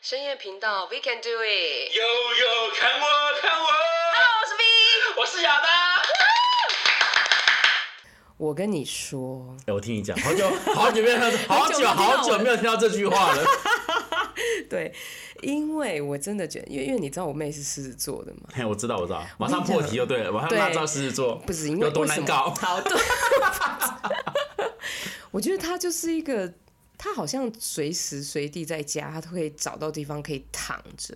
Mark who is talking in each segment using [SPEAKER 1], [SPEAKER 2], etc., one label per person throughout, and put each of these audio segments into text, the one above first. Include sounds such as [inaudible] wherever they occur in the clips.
[SPEAKER 1] 深夜频道，We can do it。
[SPEAKER 2] 悠悠，看我，看我，
[SPEAKER 1] Hello，我是 V。
[SPEAKER 2] 我是亚当。
[SPEAKER 1] 我跟你说，
[SPEAKER 2] 我听你讲，好久，好久没有听到，好久，好久没有听到这句话了。 [laughs]
[SPEAKER 1] 对，因为我真的觉得，因为因为你知道我妹是狮子座的嘛，
[SPEAKER 2] 嘿，我知道，我知道，马上破题就对了，马上
[SPEAKER 1] 对
[SPEAKER 2] 拉到狮子座，
[SPEAKER 1] 不是因为
[SPEAKER 2] 有多
[SPEAKER 1] 为什
[SPEAKER 2] 难
[SPEAKER 1] 么
[SPEAKER 2] 搞。
[SPEAKER 1] 好，对，我觉得她就是一个，她好像随时随地在家，她都可以找到地方可以躺着。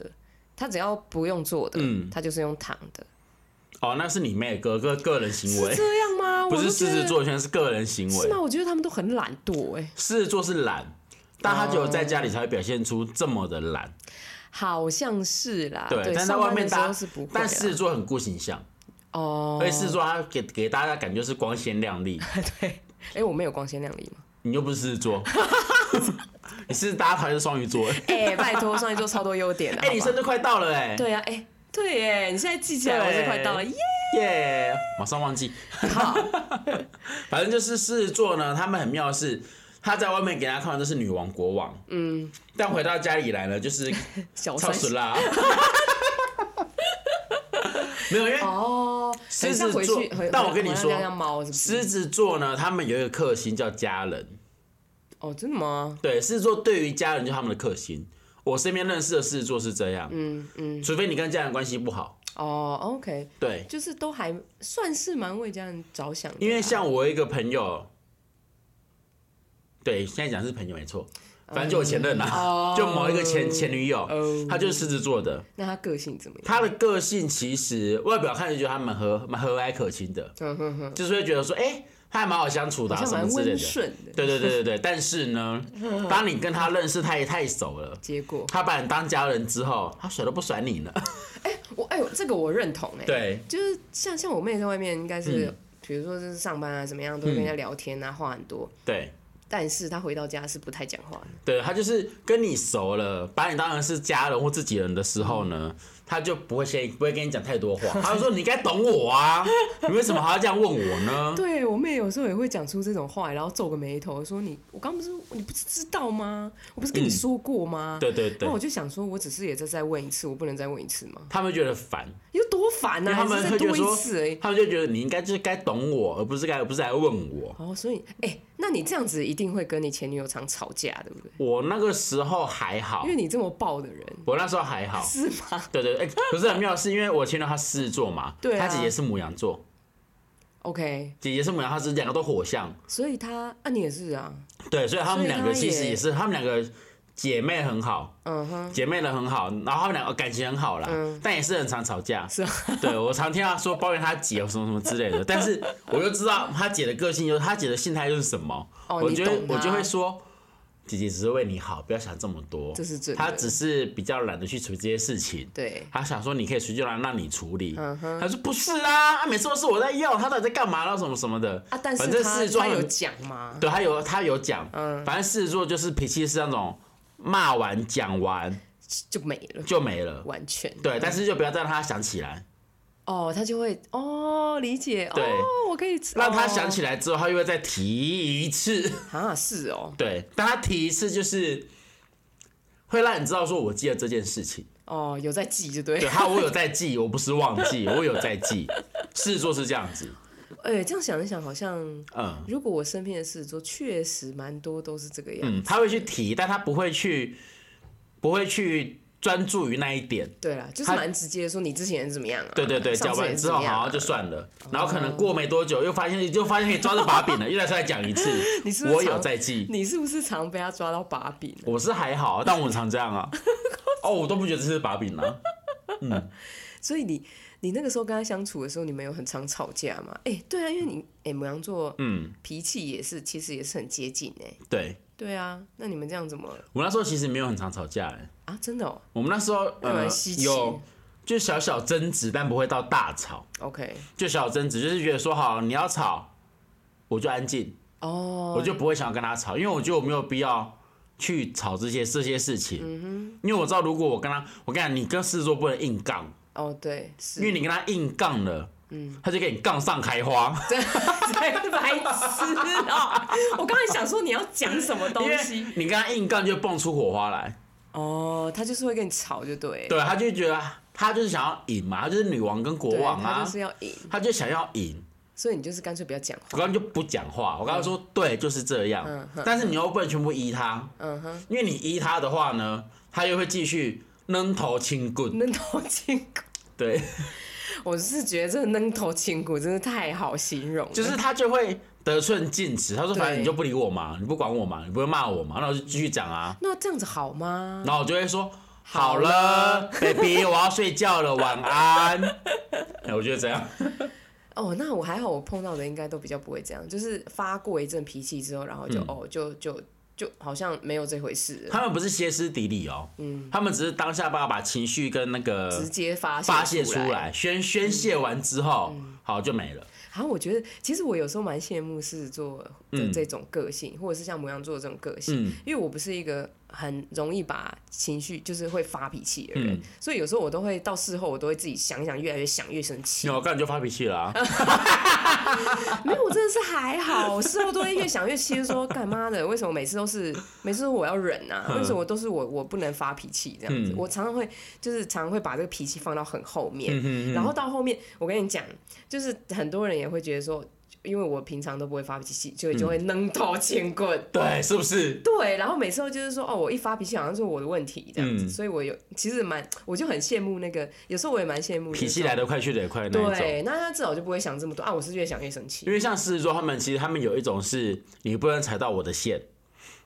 [SPEAKER 1] 她只要不用坐的，
[SPEAKER 2] 嗯
[SPEAKER 1] 她就是用躺的，
[SPEAKER 2] 哦，那是你妹个个个人行
[SPEAKER 1] 是
[SPEAKER 2] 为，
[SPEAKER 1] 这样吗？
[SPEAKER 2] 哎不
[SPEAKER 1] 我
[SPEAKER 2] 是
[SPEAKER 1] 都觉
[SPEAKER 2] 狮
[SPEAKER 1] 得
[SPEAKER 2] 子，座，全是个人行
[SPEAKER 1] 是
[SPEAKER 2] 为。
[SPEAKER 1] 吗？我觉得他们都很懒惰、哎，
[SPEAKER 2] 狮子座是懒，但他只有在家
[SPEAKER 1] 哦
[SPEAKER 2] 里才会表现出这么的懒。
[SPEAKER 1] 好像是啦。
[SPEAKER 2] 对，但是在
[SPEAKER 1] 啊上
[SPEAKER 2] 外
[SPEAKER 1] 班
[SPEAKER 2] 面
[SPEAKER 1] 的时
[SPEAKER 2] 大
[SPEAKER 1] 候
[SPEAKER 2] 家
[SPEAKER 1] 是不会啦，啊
[SPEAKER 2] 但狮子座很顾形象，
[SPEAKER 1] 哦，
[SPEAKER 2] 而且狮子座他给给大家感觉是光鲜亮丽。
[SPEAKER 1] 对，哎、我妹有光鲜亮丽吗？
[SPEAKER 2] 你又不是狮子座，
[SPEAKER 1] [laughs]
[SPEAKER 2] 你是大家讨厌双鱼座。
[SPEAKER 1] 哎、 [laughs] 拜托，双鱼座超多优点的、
[SPEAKER 2] 哎、
[SPEAKER 1] 好
[SPEAKER 2] 你
[SPEAKER 1] 吧
[SPEAKER 2] 生日快到了哎、
[SPEAKER 1] 对啊，哎、对耶，你现在记起来，
[SPEAKER 2] 对
[SPEAKER 1] 我是快到了耶。
[SPEAKER 2] 耶马上忘记。
[SPEAKER 1] 好，
[SPEAKER 2] 反正就是狮子座呢，他们很妙的是，他在外面给大家看的都是女王、国王，嗯，但回到家里来呢，
[SPEAKER 1] [laughs]
[SPEAKER 2] 就是
[SPEAKER 1] 小
[SPEAKER 2] 超
[SPEAKER 1] 三
[SPEAKER 2] 死啦。
[SPEAKER 1] [laughs]
[SPEAKER 2] 没有，因为
[SPEAKER 1] 哦，
[SPEAKER 2] 狮
[SPEAKER 1] 很像
[SPEAKER 2] 子
[SPEAKER 1] 回
[SPEAKER 2] 座
[SPEAKER 1] 去，回
[SPEAKER 2] 但我跟你
[SPEAKER 1] 回
[SPEAKER 2] 说
[SPEAKER 1] 像猫是不是？
[SPEAKER 2] 狮子座呢，他们有一个克星叫家人。
[SPEAKER 1] 哦，真的吗？
[SPEAKER 2] 对，狮子座对于家人就是他们的克星。我身边认识的狮子座是这样，
[SPEAKER 1] 嗯嗯，
[SPEAKER 2] 除非你跟家人关系不好，
[SPEAKER 1] 哦，OK，
[SPEAKER 2] 对，
[SPEAKER 1] 就是都还算是蛮为家人着想的啦，
[SPEAKER 2] 因为像我一个朋友，对，现在讲是朋友没错，反正就我前任啦、
[SPEAKER 1] 哦
[SPEAKER 2] 就某一个前前女友，
[SPEAKER 1] 哦
[SPEAKER 2] 她就是狮子座的，
[SPEAKER 1] 那他个性怎么样？
[SPEAKER 2] 她的个性其实外表看着觉得她蛮和蛮和蔼可亲的，
[SPEAKER 1] 嗯哼哼，
[SPEAKER 2] 就是会觉得说，哎、她还蛮好相处的、啊、
[SPEAKER 1] 好
[SPEAKER 2] 什
[SPEAKER 1] 像
[SPEAKER 2] 么
[SPEAKER 1] 蛮
[SPEAKER 2] 之类
[SPEAKER 1] 温
[SPEAKER 2] 的。
[SPEAKER 1] 顺的。
[SPEAKER 2] 对对对对对，但是呢，当你跟她认识太太熟了，
[SPEAKER 1] 结果，
[SPEAKER 2] 她把你当家人之后，她甩都不甩你了。
[SPEAKER 1] 我哎呦，这个我认同哎、
[SPEAKER 2] 嗯对，
[SPEAKER 1] 就是像像我妹在外面应该是，
[SPEAKER 2] 嗯
[SPEAKER 1] 比如说就是上班啊怎么样，都会跟人家聊天啊，话很多。
[SPEAKER 2] 对
[SPEAKER 1] 但是她回到家是不太讲话的。
[SPEAKER 2] 对，她就是跟你熟了，把你当成是家人或自己人的时候呢，她就不会先不会跟你讲太多话，她就说你应该懂我啊，你为什么还要这样问我呢？
[SPEAKER 1] 对我妹有时候也会讲出这种话，然后皱个眉头说你：“我刚不是你不是知道吗？我不是跟你
[SPEAKER 2] 嗯
[SPEAKER 1] 说过吗？”
[SPEAKER 2] 对对对
[SPEAKER 1] 那我，就想说，我只是也再再问一次，我不能再问一次吗？
[SPEAKER 2] 他们觉得烦，
[SPEAKER 1] 有多烦
[SPEAKER 2] 因
[SPEAKER 1] 啊！
[SPEAKER 2] 为他们会
[SPEAKER 1] 还是再
[SPEAKER 2] 觉得
[SPEAKER 1] 多一
[SPEAKER 2] 说
[SPEAKER 1] 次而已。，
[SPEAKER 2] 他们就觉得你应该就是该懂我，而不是该而不是来问我。
[SPEAKER 1] 哦，所以哎、那你这样子一定会跟你前女友常吵架，对不对？
[SPEAKER 2] 我那个时候还好
[SPEAKER 1] 因为，你这么暴的人
[SPEAKER 2] 我那时候还好。
[SPEAKER 1] 是吗
[SPEAKER 2] 对对，对哎、可是很妙，是因为我前女友她狮子座嘛，
[SPEAKER 1] 对啊
[SPEAKER 2] 她姐姐是母羊座，
[SPEAKER 1] ？OK，
[SPEAKER 2] 姐姐是母羊，她是两个都火象，
[SPEAKER 1] 所以她啊，你也是啊，
[SPEAKER 2] 对，所以她们两个
[SPEAKER 1] 所
[SPEAKER 2] 其
[SPEAKER 1] 以她也
[SPEAKER 2] 实也是，她们两个姐妹很好，
[SPEAKER 1] 嗯哼，
[SPEAKER 2] 姐妹的很好，然后她们两个感情很好啦，但也是很常吵架。
[SPEAKER 1] 嗯是啊，
[SPEAKER 2] 对我常听她说抱怨她姐什么什么之类的，但是我就知道她姐的个性，就是她姐的心态就是什么，
[SPEAKER 1] 哦
[SPEAKER 2] 我
[SPEAKER 1] 你
[SPEAKER 2] 就会
[SPEAKER 1] 懂她
[SPEAKER 2] 我就会说。姐姐只是为你好，不要想这么多。
[SPEAKER 1] 这是真的
[SPEAKER 2] 她只是比较懒得去处理这些事情。
[SPEAKER 1] 对，嗯
[SPEAKER 2] 他想说你可以随就让让你处理，他说不是啊，啊每次都是我在要，他到底在干嘛啦，什么什么的
[SPEAKER 1] 啊，但是
[SPEAKER 2] 反正
[SPEAKER 1] 他
[SPEAKER 2] 狮子座
[SPEAKER 1] 他
[SPEAKER 2] 很
[SPEAKER 1] 有讲嗯吗？
[SPEAKER 2] 对他有他有讲，反正狮子座就是脾气是那种骂完讲完
[SPEAKER 1] 就没了，
[SPEAKER 2] 就没了，
[SPEAKER 1] 完全。
[SPEAKER 2] 对，但是就不要再让他想起来，
[SPEAKER 1] 嗯哦，他就会哦理解，
[SPEAKER 2] 对
[SPEAKER 1] 哦，我可以
[SPEAKER 2] 让他
[SPEAKER 1] 哦
[SPEAKER 2] 想起来之后，他又会再提一次， [laughs]
[SPEAKER 1] 啊，是哦，
[SPEAKER 2] 对，但他提一次就是会让你知道说我记得这件事情，
[SPEAKER 1] 哦，有在记就对
[SPEAKER 2] 对。他我有在
[SPEAKER 1] [laughs]
[SPEAKER 2] 记，我不是忘记，我有在记，狮子座是这样子，
[SPEAKER 1] 哎、这样想一想，好像
[SPEAKER 2] 嗯。
[SPEAKER 1] 如果我身边的狮子座确实蛮多都是这个样。
[SPEAKER 2] 嗯，他会去提，但他不会去，不会去专注于那一点。
[SPEAKER 1] 对啦，就是
[SPEAKER 2] 他
[SPEAKER 1] 蛮直接说你之前是怎么样啊？
[SPEAKER 2] 对对对，
[SPEAKER 1] 上
[SPEAKER 2] 讲
[SPEAKER 1] 次也
[SPEAKER 2] 完
[SPEAKER 1] 是
[SPEAKER 2] 之
[SPEAKER 1] 怎
[SPEAKER 2] 后
[SPEAKER 1] 么样哦
[SPEAKER 2] 好
[SPEAKER 1] 啊
[SPEAKER 2] 像就算了，然后可能过没多久又发现，又发现可以抓着把柄了，又来再讲一次。
[SPEAKER 1] [laughs] 你是不是
[SPEAKER 2] 我有
[SPEAKER 1] 常
[SPEAKER 2] 在记，
[SPEAKER 1] 你是不是常被他抓到把柄啊、
[SPEAKER 2] 我是还好，但我常这样
[SPEAKER 1] [laughs]
[SPEAKER 2] 啊。哦，我都不觉得这是把柄啊。
[SPEAKER 1] 所以你你那个时候跟他相处的时候，你们有很常吵架吗？哎、对啊，因为你哎、母羊座
[SPEAKER 2] 嗯，
[SPEAKER 1] 脾气也是，其实也是很接近哎、
[SPEAKER 2] 对
[SPEAKER 1] 对啊，那你们这样怎么
[SPEAKER 2] 我那时候其实没有很常吵架、欸，
[SPEAKER 1] 啊？真的哦
[SPEAKER 2] 我们那时候
[SPEAKER 1] 那
[SPEAKER 2] 呃
[SPEAKER 1] 蛮稀奇
[SPEAKER 2] 有就小小争执，但不会到大吵，
[SPEAKER 1] ，OK，
[SPEAKER 2] 就小争执，就是觉得说好你要吵，我就安静。
[SPEAKER 1] 哦，
[SPEAKER 2] 我就不会想要跟他吵，因为我觉得我没有必要去吵这些这些事情。
[SPEAKER 1] 嗯
[SPEAKER 2] 因为我知道，如果我跟他，我跟你讲，你跟狮子座不能硬杠，
[SPEAKER 1] 哦，对，是嗯
[SPEAKER 2] 因
[SPEAKER 1] [laughs]
[SPEAKER 2] 为你跟他硬杠了，他就给你杠上开花。
[SPEAKER 1] 真真白痴哦！我刚才想说你要讲什么
[SPEAKER 2] [laughs] 因
[SPEAKER 1] 东
[SPEAKER 2] 为
[SPEAKER 1] 西
[SPEAKER 2] 你跟他硬杠，就蹦出火花来。
[SPEAKER 1] 哦，他就是会跟你吵，就对。
[SPEAKER 2] 对，他就觉得他就是想要赢嘛，他就是女王跟国
[SPEAKER 1] 对
[SPEAKER 2] 王
[SPEAKER 1] 他
[SPEAKER 2] 啊
[SPEAKER 1] 就，是要赢，
[SPEAKER 2] 他就想要赢。
[SPEAKER 1] 所以你就是干脆不要讲
[SPEAKER 2] 我
[SPEAKER 1] 话。
[SPEAKER 2] 刚刚就不讲话，我刚刚说对，就是这样
[SPEAKER 1] 嗯。
[SPEAKER 2] 但是你又不能全部依他，
[SPEAKER 1] 嗯哼，
[SPEAKER 2] 因为你依他的话呢，他又会继续扔头轻棍。
[SPEAKER 1] 扔头轻骨，
[SPEAKER 2] 对， [laughs]
[SPEAKER 1] 我是觉得这个扔头轻骨真的太好形容了，
[SPEAKER 2] 就是他就会得寸进尺。他说：“
[SPEAKER 1] 对
[SPEAKER 2] 反正你就不理我嘛，你不管我嘛，你不会骂我嘛，那我就继续讲啊。
[SPEAKER 1] 那这样子好”吗？
[SPEAKER 2] 然后我就会说：“好
[SPEAKER 1] 嗯好
[SPEAKER 2] 了
[SPEAKER 1] 了
[SPEAKER 2] ，baby，我要睡觉了，晚
[SPEAKER 1] [laughs]
[SPEAKER 2] 安。”哎，我觉得这样，
[SPEAKER 1] 哦，那我还好，我碰到的应该都比较不会这样，就是发过一阵脾气之后，然后就、
[SPEAKER 2] 嗯
[SPEAKER 1] 哦，就就就好像没有这回事了，
[SPEAKER 2] 他们不是歇斯底里哦，他们只是当下爸把情绪跟那
[SPEAKER 1] 嗯直
[SPEAKER 2] 个
[SPEAKER 1] 接发
[SPEAKER 2] 发泄
[SPEAKER 1] 出嗯
[SPEAKER 2] 出来，宣宣泄完之后，好就没了。
[SPEAKER 1] 然后我觉得，其实我有时候蛮羡慕狮子座的这种个性，或者是像母羊座的这种个性，
[SPEAKER 2] 嗯
[SPEAKER 1] 因为我不是一个很容易把情绪就是会发脾气的人，
[SPEAKER 2] 嗯
[SPEAKER 1] 所以有时候我都会到事后我都会自己想一想，越来越想越生气
[SPEAKER 2] 那。我刚才就发脾气了、啊，
[SPEAKER 1] [laughs] 没有，我真的是还好，我事后都会越想越气，就说干妈的，为什么每次都是每次都我要忍啊？为什么都是我我不能发脾气这样子？
[SPEAKER 2] 嗯
[SPEAKER 1] 我常常会就是常常会把这个脾气放到很后面，
[SPEAKER 2] 嗯
[SPEAKER 1] 然后到后面我跟你讲，就是很多人也会觉得说，因为我平常都不会发脾气，就就会扔头轻棍。
[SPEAKER 2] 对，是不是？
[SPEAKER 1] 对，然后每次都就是说，哦，我一发脾气好像是我的问题这样子，
[SPEAKER 2] 嗯
[SPEAKER 1] 所以我有其实蛮，我就很羡慕那个，有时候我也蛮羡慕
[SPEAKER 2] 脾气
[SPEAKER 1] 那
[SPEAKER 2] 来
[SPEAKER 1] 种
[SPEAKER 2] 得快去得也快那一种。
[SPEAKER 1] 对，那他至少就不会想这么多啊，我是越想越生气
[SPEAKER 2] 因为像狮子座，他们其实他们有一种是你不能踩到我的线，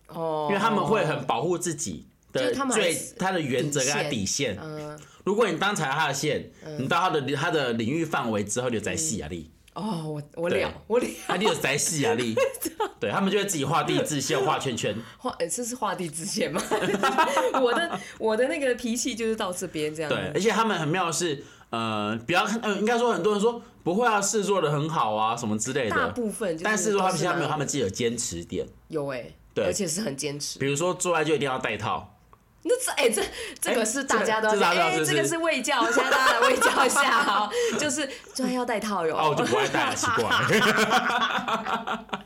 [SPEAKER 1] 哦，
[SPEAKER 2] 因为他们会很保护自己
[SPEAKER 1] 就
[SPEAKER 2] 的
[SPEAKER 1] 是他们还
[SPEAKER 2] 最
[SPEAKER 1] 是
[SPEAKER 2] 他的原则跟他底
[SPEAKER 1] 底
[SPEAKER 2] 线。
[SPEAKER 1] 嗯，
[SPEAKER 2] 如果你当踩到他的线，你到他的他的领域范围之后，你就在
[SPEAKER 1] 嗯
[SPEAKER 2] 戏啊力，
[SPEAKER 1] 哦，我我
[SPEAKER 2] 对
[SPEAKER 1] 了我了，
[SPEAKER 2] 他就在戏
[SPEAKER 1] [laughs]
[SPEAKER 2] 啊力。对他们就会自己画地自限，画圈圈。
[SPEAKER 1] 画呃这是画地之限吗？ [laughs] 我的我的那个脾气就是到这边这样
[SPEAKER 2] 对，
[SPEAKER 1] 子，
[SPEAKER 2] 而且他们很妙的是，呃，不要看，呃，应该说很多人说不会啊，狮子座的很好啊，什么之类
[SPEAKER 1] 大
[SPEAKER 2] 的。
[SPEAKER 1] 部分就是
[SPEAKER 2] 但狮子座他们
[SPEAKER 1] 都是
[SPEAKER 2] 现在没有
[SPEAKER 1] 那
[SPEAKER 2] 他们自己的坚持点，
[SPEAKER 1] 有哎、
[SPEAKER 2] 对
[SPEAKER 1] 而且是很坚持。
[SPEAKER 2] 比如说做爱就一定要戴套。
[SPEAKER 1] 那这哎、这这个是大家都要
[SPEAKER 2] 这个这大家
[SPEAKER 1] 哎、
[SPEAKER 2] 都是
[SPEAKER 1] 这个是卫教，现在大家来卫教一下哦，就是专要戴套哟。
[SPEAKER 2] 啊，我就不爱戴了，奇怪。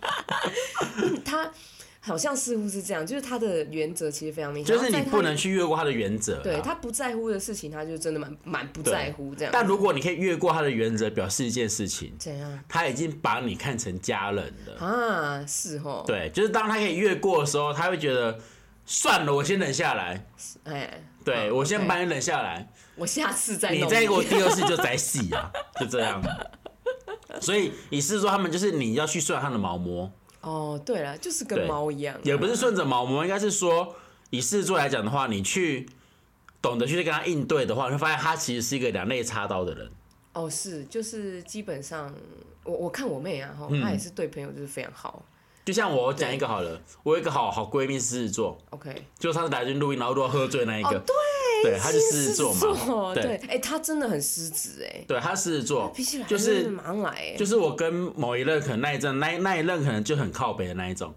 [SPEAKER 1] [laughs] 他好像似乎是这样，就是他的原则其实非常明显，
[SPEAKER 2] 就是你
[SPEAKER 1] 然后在他
[SPEAKER 2] 不能去越过他的原则啊。
[SPEAKER 1] 对他不在乎的事情，他就真的蛮蛮不在乎这样。
[SPEAKER 2] 但如果你可以越过他的原则，表示一件事情，
[SPEAKER 1] 怎样
[SPEAKER 2] 他已经把你看成家人了。
[SPEAKER 1] 啊？是哦，
[SPEAKER 2] 对，就是当他可以越过的时候，他会觉得算了，我先忍下来。
[SPEAKER 1] 哎，
[SPEAKER 2] 对，
[SPEAKER 1] 好
[SPEAKER 2] 我先
[SPEAKER 1] OK 哎
[SPEAKER 2] 把你忍下来，
[SPEAKER 1] 我下次再
[SPEAKER 2] 你
[SPEAKER 1] 弄
[SPEAKER 2] 再给我第二次就再洗啊， [laughs] 就这样。所以你是说他们就是你要去顺他的毛摸，
[SPEAKER 1] 哦，对了，就是跟
[SPEAKER 2] 对
[SPEAKER 1] 猫一样啊，
[SPEAKER 2] 也不是顺着毛摸，应该是说以狮子座来讲的话，你去懂得去跟他应对的话，你会发现他其实是一个两肋插刀的人。
[SPEAKER 1] 哦，是就是基本上，我我看我妹啊，哈，
[SPEAKER 2] 嗯
[SPEAKER 1] 她也是对朋友就是非常好。
[SPEAKER 2] 就像我讲一个好了，我有一个好好闺蜜是狮子座，
[SPEAKER 1] OK，
[SPEAKER 2] 就上次来这边录音，然后都喝醉那一个，
[SPEAKER 1] 哦
[SPEAKER 2] 对，他是狮子座
[SPEAKER 1] 狮子
[SPEAKER 2] 嘛，
[SPEAKER 1] 座对
[SPEAKER 2] 对，，
[SPEAKER 1] 哎，她真的很狮子哎，
[SPEAKER 2] 对，他是狮子座
[SPEAKER 1] 脾气来，
[SPEAKER 2] 就
[SPEAKER 1] 真的
[SPEAKER 2] 是
[SPEAKER 1] 马上来哎，
[SPEAKER 2] 就是我跟某一任可能那一阵那一那一任可能就很靠北的那一种，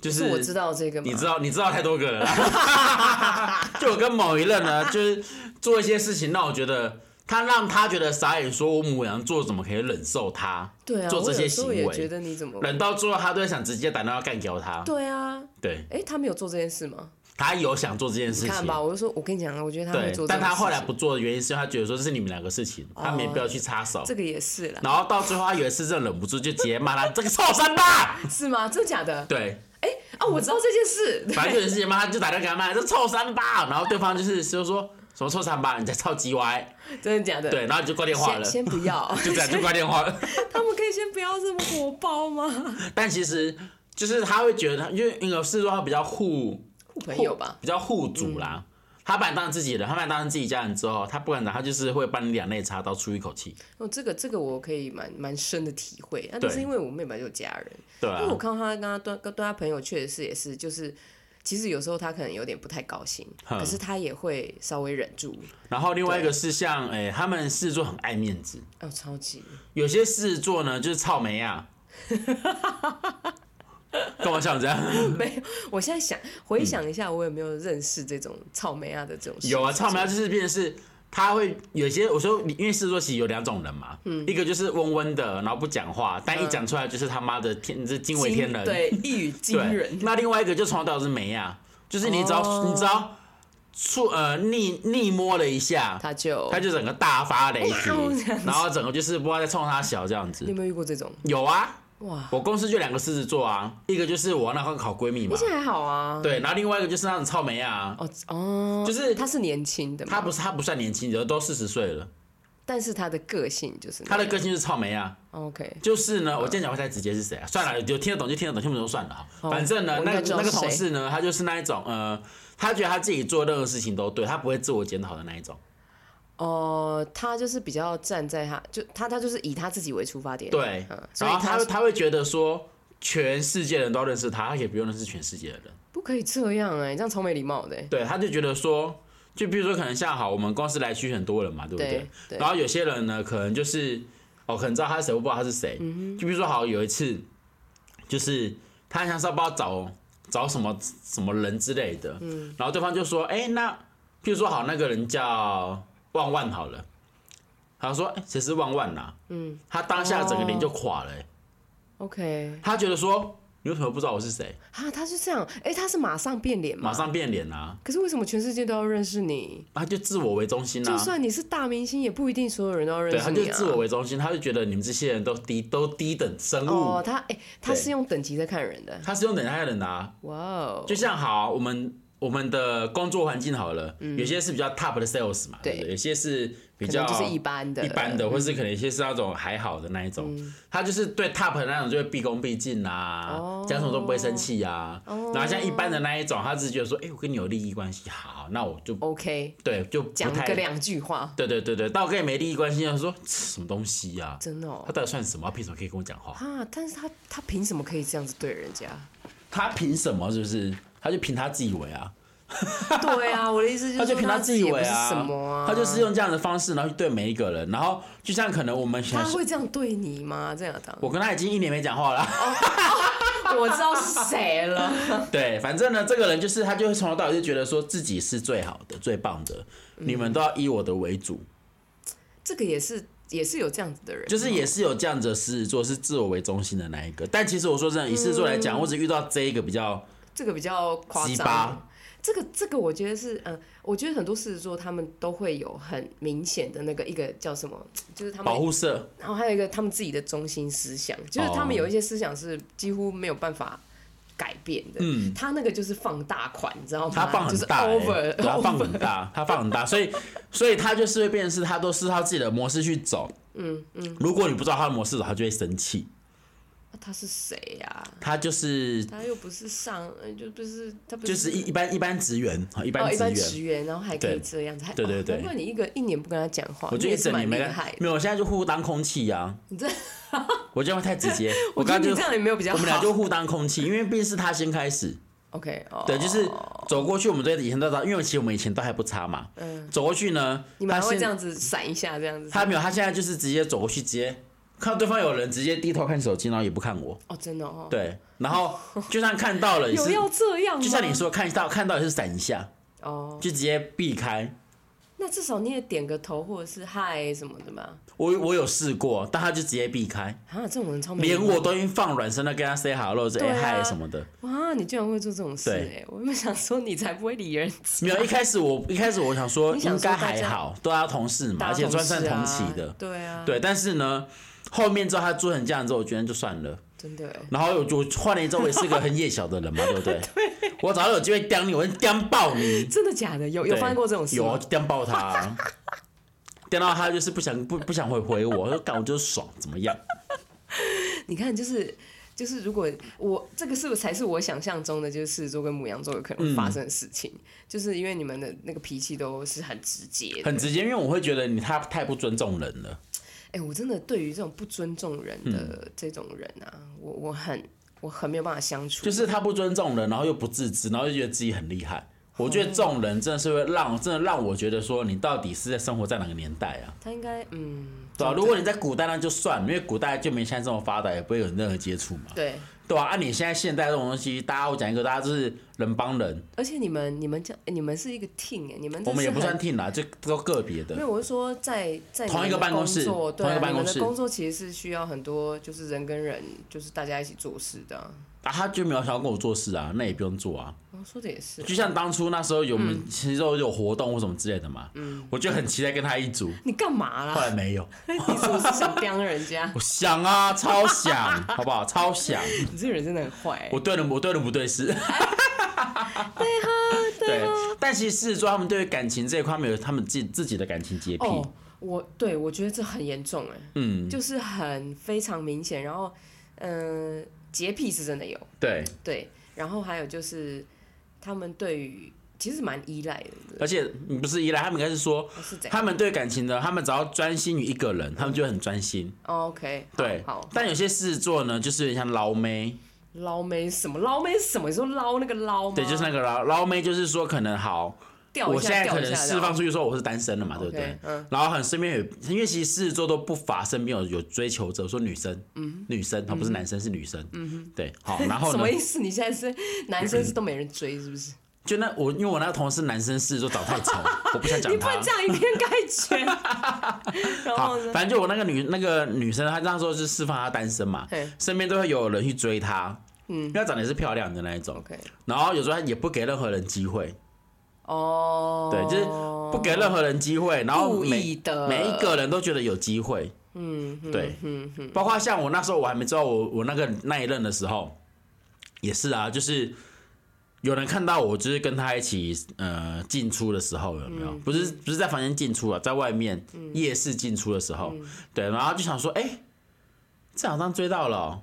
[SPEAKER 2] 就是
[SPEAKER 1] 我知道这个嘛，
[SPEAKER 2] 你知道你知道太多个人了， [laughs] 就我跟某一任呢，就是做一些事情让我觉得。他让他觉得傻眼，说我母羊座怎么可以忍受他？
[SPEAKER 1] 对啊，
[SPEAKER 2] 做这
[SPEAKER 1] 我
[SPEAKER 2] 些
[SPEAKER 1] 有时
[SPEAKER 2] 行
[SPEAKER 1] 候也觉
[SPEAKER 2] 为，
[SPEAKER 1] 得你怎么
[SPEAKER 2] 忍到最后他都会想直接打电话干掉他。
[SPEAKER 1] 对啊，
[SPEAKER 2] 对，
[SPEAKER 1] 哎，他没有做这件事吗？
[SPEAKER 2] 他有想做这件事
[SPEAKER 1] 你
[SPEAKER 2] 情，
[SPEAKER 1] 看吧，我就说，我跟你讲啊，我觉得他没
[SPEAKER 2] 对
[SPEAKER 1] 做，这
[SPEAKER 2] 但
[SPEAKER 1] 种
[SPEAKER 2] 他
[SPEAKER 1] 事情，哦
[SPEAKER 2] 后来不做的原因是他觉得说这是你们两个事情，他没必要去插手。
[SPEAKER 1] 这个也是啦，
[SPEAKER 2] 然后到最后他有一次真的忍不住就直接骂他这个臭三八，
[SPEAKER 1] 是吗？真的假的？
[SPEAKER 2] 对，
[SPEAKER 1] 哎啊，我知道这件事，
[SPEAKER 2] 反正就有一次骂他就打电话给他骂这臭三八，然后对方就是就说什么臭三八你在臭鸡歪，
[SPEAKER 1] [laughs] 真的假的？
[SPEAKER 2] 对，然后就挂电话
[SPEAKER 1] 先
[SPEAKER 2] 了，
[SPEAKER 1] 先不要，
[SPEAKER 2] [laughs] 就这样就挂电话了。
[SPEAKER 1] [laughs] 他们可以先不要这么火爆吗？ [laughs]
[SPEAKER 2] 但其实就是他会觉得他，因为因为是说他比较护
[SPEAKER 1] 酷朋友吧，嗯
[SPEAKER 2] 比较护主啦。他把你当成自己人，他把你当成自己家人之后，他不敢打，他就是会把你两肋插刀出一口气，
[SPEAKER 1] 哦，这个这个我可以蛮蛮深的体会，那、
[SPEAKER 2] 对
[SPEAKER 1] 就是因为我妹本来就有家人，
[SPEAKER 2] 对
[SPEAKER 1] 因为我
[SPEAKER 2] 啊，
[SPEAKER 1] 看到她跟她对跟对她朋友确实是也是就是。其实有时候她可能有点不太高兴，
[SPEAKER 2] 哼
[SPEAKER 1] 可是她也会稍微忍住。
[SPEAKER 2] 然后另外一个是像，哎、他们狮子座很爱面子，
[SPEAKER 1] 哦，超级 [laughs]
[SPEAKER 2] 有些狮子座呢就是草莓啊，干嘛笑成这样？
[SPEAKER 1] 没有！我现在想
[SPEAKER 2] 嗯
[SPEAKER 1] 回想一下，我有没有认识这种草莓啊的这种事？
[SPEAKER 2] 有啊，草莓啊就是变成是他会有些，我说因为狮子座其实有两种人嘛，
[SPEAKER 1] 嗯
[SPEAKER 2] 一个就是温温的，然后不讲话，但一讲出来就是他妈的天，这惊为天人，
[SPEAKER 1] 对，一语
[SPEAKER 2] [laughs]
[SPEAKER 1] 惊
[SPEAKER 2] 对
[SPEAKER 1] 人。
[SPEAKER 2] 那另外一个就从头到尾是没啊，就是你只要、
[SPEAKER 1] 哦
[SPEAKER 2] 你只要触呃逆逆摸了一下，
[SPEAKER 1] 他就
[SPEAKER 2] 他就整个大发雷
[SPEAKER 1] 哎呦这
[SPEAKER 2] 霆
[SPEAKER 1] 样，子
[SPEAKER 2] 然后整个就是不知道在冲他小这样
[SPEAKER 1] 你有
[SPEAKER 2] 子。
[SPEAKER 1] 没有遇过这种？
[SPEAKER 2] 有啊，
[SPEAKER 1] 哇，
[SPEAKER 2] 我公司就两个狮子座啊，一个就是我那个好闺蜜
[SPEAKER 1] 你
[SPEAKER 2] 嘛，
[SPEAKER 1] 现在还好啊？，
[SPEAKER 2] 对，然后另外一个就是那种草莓啊，
[SPEAKER 1] 哦 [laughs] 哦，
[SPEAKER 2] 就是
[SPEAKER 1] 他是年轻的嘛，
[SPEAKER 2] 她不是她不算年轻人，都四十岁了，
[SPEAKER 1] 但是他的个性就是那
[SPEAKER 2] 她的
[SPEAKER 1] 样
[SPEAKER 2] 个性就是草莓啊。
[SPEAKER 1] OK，
[SPEAKER 2] 就是
[SPEAKER 1] 嗯
[SPEAKER 2] 呢，我今天讲会太直接是谁啊？算了，有听得懂就听得懂，听不懂就算了啊。
[SPEAKER 1] 哦
[SPEAKER 2] 反正呢
[SPEAKER 1] 我，应
[SPEAKER 2] 那
[SPEAKER 1] 该
[SPEAKER 2] 个
[SPEAKER 1] 知道
[SPEAKER 2] 那个
[SPEAKER 1] 是
[SPEAKER 2] 同
[SPEAKER 1] 谁
[SPEAKER 2] 事呢，他就是那一种呃，他觉得他自己做任何事情都对，他不会自我检讨的那一种。
[SPEAKER 1] 嗯哦、他就是比较站在他就他他就是以他自己为出发点，
[SPEAKER 2] 对
[SPEAKER 1] 嗯，所以
[SPEAKER 2] 然后他
[SPEAKER 1] 他
[SPEAKER 2] 他会觉得说，全世界人都认识他，他也不用认识全世界的人。
[SPEAKER 1] 不可以这样哎、这样超没礼貌的、欸。
[SPEAKER 2] 对，他就觉得说，就比如说可能像好，我们公司来去很多人嘛，对不对？
[SPEAKER 1] 对对
[SPEAKER 2] 然后有些人呢，可能就是哦，可能知道他是谁，我不知道他是谁。
[SPEAKER 1] 嗯
[SPEAKER 2] 就比如说好，有一次就是他好像是要不知道找找什么什么人之类的，
[SPEAKER 1] 嗯
[SPEAKER 2] 然后对方就说，哎、那譬如说好，那个人叫万万好了。他说：“哎谁是万万呐、嗯，他当下整个脸就垮
[SPEAKER 1] 哦
[SPEAKER 2] 了、哎
[SPEAKER 1] OK，
[SPEAKER 2] 他觉得说：“你为什么不知道我是谁
[SPEAKER 1] 啊，他是这样，哎、他是马上变脸？”嘛，
[SPEAKER 2] 马。上变脸啊！
[SPEAKER 1] 可是为什么全世界都要认识你？
[SPEAKER 2] 他就自我为中心啊。
[SPEAKER 1] 就算你是大明星，也不一定所有人都要认
[SPEAKER 2] 对，
[SPEAKER 1] 识
[SPEAKER 2] 他
[SPEAKER 1] 你
[SPEAKER 2] 就
[SPEAKER 1] 啊。
[SPEAKER 2] 自我为中心，他就觉得你们这些人都低都低等生物。
[SPEAKER 1] 哦，他哎、他
[SPEAKER 2] 对
[SPEAKER 1] 是用等级在看人的。
[SPEAKER 2] 他是用等下人的、啊，
[SPEAKER 1] 哇哦，
[SPEAKER 2] 就像好，我们我们的工作环境好了，有些是比较 top 的 sales 嘛，
[SPEAKER 1] 嗯对
[SPEAKER 2] 不有些是比
[SPEAKER 1] 可
[SPEAKER 2] 较
[SPEAKER 1] 能就是一般的，嗯
[SPEAKER 2] 一般的，或是可能有些是那种还好的那一种，他就是对 top 的那种就会毕恭毕敬啊
[SPEAKER 1] 哦，
[SPEAKER 2] 讲什么都不会生气啊。然后像一般的那一种，他只是觉得说，哎，我跟你有利益关系，好，那我就
[SPEAKER 1] OK，
[SPEAKER 2] 对就不
[SPEAKER 1] 哦讲
[SPEAKER 2] 太
[SPEAKER 1] 个两句话，
[SPEAKER 2] 对对对对，到跟你没利益关系，他说什么东西呀、
[SPEAKER 1] 真的哦
[SPEAKER 2] 他。到底算什么？他凭什么可以跟我讲话？
[SPEAKER 1] 啊！但是他他凭什么可以这样子对人家？
[SPEAKER 2] 他凭什么？是不是？他就凭他自以为啊，
[SPEAKER 1] 对 [laughs] 啊，我的意思就是
[SPEAKER 2] 他就
[SPEAKER 1] 说
[SPEAKER 2] 凭
[SPEAKER 1] 他
[SPEAKER 2] 自以
[SPEAKER 1] 也不
[SPEAKER 2] 为
[SPEAKER 1] 是
[SPEAKER 2] 啊，
[SPEAKER 1] 什么啊，
[SPEAKER 2] 他就是用这样的方式，然后去对每一个人，然后就像可能我们
[SPEAKER 1] 他
[SPEAKER 2] 想，
[SPEAKER 1] 会这样对你吗？这样当
[SPEAKER 2] 我跟他已经一年没讲话了，
[SPEAKER 1] [laughs] 哦我知道是谁了。
[SPEAKER 2] [laughs] 对，反正呢，这个人就是他就会从头到尾就觉得说自己是最好的、最棒的，你们都要以我的为主，
[SPEAKER 1] [laughs] 嗯这个也是也是有这样子的人，
[SPEAKER 2] 就是也是有这样子的狮子座是自我为中心的那一个，但其实我说真的，以狮子座来讲，我只遇到这一个比较
[SPEAKER 1] 这个比较夸
[SPEAKER 2] 鸡
[SPEAKER 1] 张
[SPEAKER 2] 巴。
[SPEAKER 1] 这个这个我觉得是，嗯、我觉得很多狮子座他们都会有很明显的那个一个叫什么，就是他们
[SPEAKER 2] 保护色，
[SPEAKER 1] 然后还有一个他们自己的中心思想，就是他们有一些思想是几乎没有办法改变的。
[SPEAKER 2] 嗯
[SPEAKER 1] 他那个就是放大款，你知道吗？
[SPEAKER 2] 他放很大、欸，
[SPEAKER 1] 就是 over，,
[SPEAKER 2] 对他放
[SPEAKER 1] over
[SPEAKER 2] 很大，他放很大，所以所以他就是会变成是他都是他自己的模式去走。嗯嗯，如果你不知道他的模式走，他就会生气。
[SPEAKER 1] 啊他是谁呀、
[SPEAKER 2] 他就是
[SPEAKER 1] 他又不是上，呃就不是他不
[SPEAKER 2] 就是一一般一般职员，啊一
[SPEAKER 1] 哦
[SPEAKER 2] 般
[SPEAKER 1] 一
[SPEAKER 2] 职
[SPEAKER 1] 般
[SPEAKER 2] 员。
[SPEAKER 1] 职员，然后还可以
[SPEAKER 2] 对
[SPEAKER 1] 这样子，还
[SPEAKER 2] 对对
[SPEAKER 1] 哦
[SPEAKER 2] 对
[SPEAKER 1] 难怪你一个一年不跟他讲话，
[SPEAKER 2] 我就
[SPEAKER 1] 你
[SPEAKER 2] 一
[SPEAKER 1] 也是
[SPEAKER 2] 整年
[SPEAKER 1] 蛮
[SPEAKER 2] 没
[SPEAKER 1] 厉
[SPEAKER 2] 跟
[SPEAKER 1] 害的。
[SPEAKER 2] 没有，我现在就互当空气呀、啊。
[SPEAKER 1] [laughs] 你这，
[SPEAKER 2] 我这样会太直接，
[SPEAKER 1] [laughs] 我觉
[SPEAKER 2] 刚刚
[SPEAKER 1] 得你
[SPEAKER 2] 就
[SPEAKER 1] 这样也没有比
[SPEAKER 2] [laughs]
[SPEAKER 1] 较
[SPEAKER 2] 我
[SPEAKER 1] 好。
[SPEAKER 2] 们俩就互当空气，因为毕竟是他先开始。
[SPEAKER 1] OK，哦，
[SPEAKER 2] 对，就是走过去，我们对以前都知道，因为其实我们以前都还不差嘛。走过去呢，
[SPEAKER 1] 嗯你们
[SPEAKER 2] 他
[SPEAKER 1] 还会
[SPEAKER 2] 现
[SPEAKER 1] 这样子闪一下，这样子。
[SPEAKER 2] 他没有，他现在就是直接走过去，直接看到对方有人，直接低头看手机，然后也不看我。
[SPEAKER 1] 哦，真的哦，
[SPEAKER 2] 对，然后就算看到了，也
[SPEAKER 1] [laughs] 有
[SPEAKER 2] 是
[SPEAKER 1] 要这样吗？
[SPEAKER 2] 就像你说，看到看到也是闪一下，
[SPEAKER 1] 哦，
[SPEAKER 2] 就直接避开。
[SPEAKER 1] 那至少你也点个头或者是嗨什么的吧。
[SPEAKER 2] 我我有试过，但他就直接避开，
[SPEAKER 1] 啊，这种人超没礼
[SPEAKER 2] 连
[SPEAKER 1] 貌
[SPEAKER 2] 我都已经放软声的跟他 say hello，这
[SPEAKER 1] 对
[SPEAKER 2] 哎嗨
[SPEAKER 1] 啊
[SPEAKER 2] 什么的。
[SPEAKER 1] 哇，你居然会做这种事
[SPEAKER 2] 对
[SPEAKER 1] 哎！我原本想说你才不会理人家，
[SPEAKER 2] 没有，一开始我一开始我想说
[SPEAKER 1] 你想
[SPEAKER 2] 应
[SPEAKER 1] 说
[SPEAKER 2] 该
[SPEAKER 1] 大
[SPEAKER 2] 还
[SPEAKER 1] 家
[SPEAKER 2] 好，都要同事嘛，[laughs]
[SPEAKER 1] 大
[SPEAKER 2] 而
[SPEAKER 1] 家
[SPEAKER 2] 且
[SPEAKER 1] 同
[SPEAKER 2] 算
[SPEAKER 1] 事啊
[SPEAKER 2] 算同期的。
[SPEAKER 1] 对啊，，
[SPEAKER 2] 对，但是呢，后面之后他做成这样之后，我觉得就算了。
[SPEAKER 1] 真的哎。
[SPEAKER 2] 然后我就换了一周，我也是个很夜小的人
[SPEAKER 1] [laughs]
[SPEAKER 2] 嘛，对不对？我早上有机会刁你，我就刁爆你。
[SPEAKER 1] 真的假的？有有
[SPEAKER 2] 对
[SPEAKER 1] 发生过这种事
[SPEAKER 2] 有啊
[SPEAKER 1] 吗？
[SPEAKER 2] 电爆他、电到他就是不想不不想回回我，我就干我就是爽，怎么样？
[SPEAKER 1] 你看，就是就是，如果我这个是不是才是我想象中的，就是狮子座跟母羊座有可能会发生的事情？
[SPEAKER 2] 嗯
[SPEAKER 1] [laughs] 就是因为你们的那个脾气都是很直接的。
[SPEAKER 2] 很直接，因为我会觉得你他太不尊重人了。
[SPEAKER 1] 哎、我真的对于这种不尊重人
[SPEAKER 2] 嗯
[SPEAKER 1] 的这种人啊，我我很我很没有办法相处。
[SPEAKER 2] 就是他不尊重人，然后又不自知，然后就觉得自己很厉害。我觉得这种人真的是会让，真的让我觉得说，你到底是在生活在哪个年代啊？
[SPEAKER 1] 他应该嗯，
[SPEAKER 2] 对啊，
[SPEAKER 1] 真的
[SPEAKER 2] 如果你在古代那就算，因为古代就没现在这么发达，也不会有任何接触嘛。
[SPEAKER 1] 对，
[SPEAKER 2] 对啊，啊你现在现代这种东西，大家我讲一个，大家就是人帮人，
[SPEAKER 1] 而且你们你们这你们是一个 team 哎、你们这
[SPEAKER 2] 我们也
[SPEAKER 1] 是
[SPEAKER 2] 不
[SPEAKER 1] 很
[SPEAKER 2] 算 team 啦，就都个别
[SPEAKER 1] 没
[SPEAKER 2] 的。
[SPEAKER 1] 有，我是说在在你
[SPEAKER 2] 同
[SPEAKER 1] 们
[SPEAKER 2] 一个
[SPEAKER 1] 的
[SPEAKER 2] 办公室
[SPEAKER 1] 工作对、
[SPEAKER 2] 同一
[SPEAKER 1] 啊，
[SPEAKER 2] 个办公室
[SPEAKER 1] 你们的工作其实是需要很多就是人跟人就是大家一起做事的啊、
[SPEAKER 2] 啊，他就没有想要跟我做事啊，那也不用做啊。
[SPEAKER 1] 哦，说的也是，
[SPEAKER 2] 就像当初那时候有我们其实都有活动或什么之类的嘛，我就很期待跟他一组，
[SPEAKER 1] 你干嘛
[SPEAKER 2] 后来
[SPEAKER 1] 啦？
[SPEAKER 2] 没有。
[SPEAKER 1] 你是不是想刁
[SPEAKER 2] [laughs]
[SPEAKER 1] 人家？
[SPEAKER 2] 我想啊，超想， [laughs] 好不好？超想。
[SPEAKER 1] 你这个人真的很坏、欸
[SPEAKER 2] 我。对人我对人不对事。对哈，对。但其实狮子座他们对于感情这一块，他们有他们自己自己的感情洁癖。
[SPEAKER 1] 哦，我对我觉得这很严重哎、
[SPEAKER 2] 嗯，
[SPEAKER 1] 就是很非常明显，然后嗯、呃洁癖是真的有，
[SPEAKER 2] 对。
[SPEAKER 1] 对，然后还有就是他们对于其实蛮依赖的，
[SPEAKER 2] 而且你不是依赖，他们应该是说，
[SPEAKER 1] 哦是这样。
[SPEAKER 2] 他们对感情的，他们只要专心于一个人，他们就很专心。
[SPEAKER 1] 哦 OK，好
[SPEAKER 2] 对
[SPEAKER 1] 好，，
[SPEAKER 2] 但有些狮子座呢，就是有点像捞妹，
[SPEAKER 1] 捞妹什么捞妹是什么？你说捞那个捞吗？
[SPEAKER 2] 对，就是那个捞捞妹，就是说可能好，
[SPEAKER 1] 掉哦一
[SPEAKER 2] 我现
[SPEAKER 1] 下
[SPEAKER 2] 在
[SPEAKER 1] 掉
[SPEAKER 2] 可
[SPEAKER 1] 一
[SPEAKER 2] 能
[SPEAKER 1] 下
[SPEAKER 2] 释
[SPEAKER 1] 的
[SPEAKER 2] 放
[SPEAKER 1] 哦。
[SPEAKER 2] 出去说我是单身了嘛，对不对
[SPEAKER 1] OK，？嗯
[SPEAKER 2] 然后很身边有，因为其实狮子座都不乏身边有有追求者，说女生，女生，她不是男生是女生，对，好，然后
[SPEAKER 1] 嗯什
[SPEAKER 2] 呢
[SPEAKER 1] 么，意思？你现在是男生是都没人追是不是？
[SPEAKER 2] 就那我因为我那个同事男生狮子座长
[SPEAKER 1] [laughs]
[SPEAKER 2] 太丑，我不想
[SPEAKER 1] 你
[SPEAKER 2] 讲
[SPEAKER 1] 不能
[SPEAKER 2] 他
[SPEAKER 1] 这。样以偏概
[SPEAKER 2] [laughs]
[SPEAKER 1] 全。然
[SPEAKER 2] 好
[SPEAKER 1] 后呢，？
[SPEAKER 2] 反正就我那个女那个女生，她那时候是释放她单身嘛
[SPEAKER 1] 嘿，
[SPEAKER 2] 身边都会有人去追她，嗯，因为她长得也是漂亮的那一种，
[SPEAKER 1] OK，
[SPEAKER 2] 然后有时候她也不给任何人机会，
[SPEAKER 1] 哦，
[SPEAKER 2] 对，就是不给任何人机会，然后
[SPEAKER 1] 故意
[SPEAKER 2] 每
[SPEAKER 1] 的
[SPEAKER 2] 每一个人都觉得有机会，
[SPEAKER 1] 嗯，嗯
[SPEAKER 2] 对
[SPEAKER 1] 嗯嗯，
[SPEAKER 2] 包括像我那时候我还没知道我我那个那一任的时候，也是啊，就是有人看到我就是跟他一起呃进出的时候有没
[SPEAKER 1] 嗯
[SPEAKER 2] 有？不是不是在房间进出啊，在外面夜市进出的时候，
[SPEAKER 1] 嗯
[SPEAKER 2] 对，然后就想说，哎、这好像追到了
[SPEAKER 1] [gasps]
[SPEAKER 2] 哦、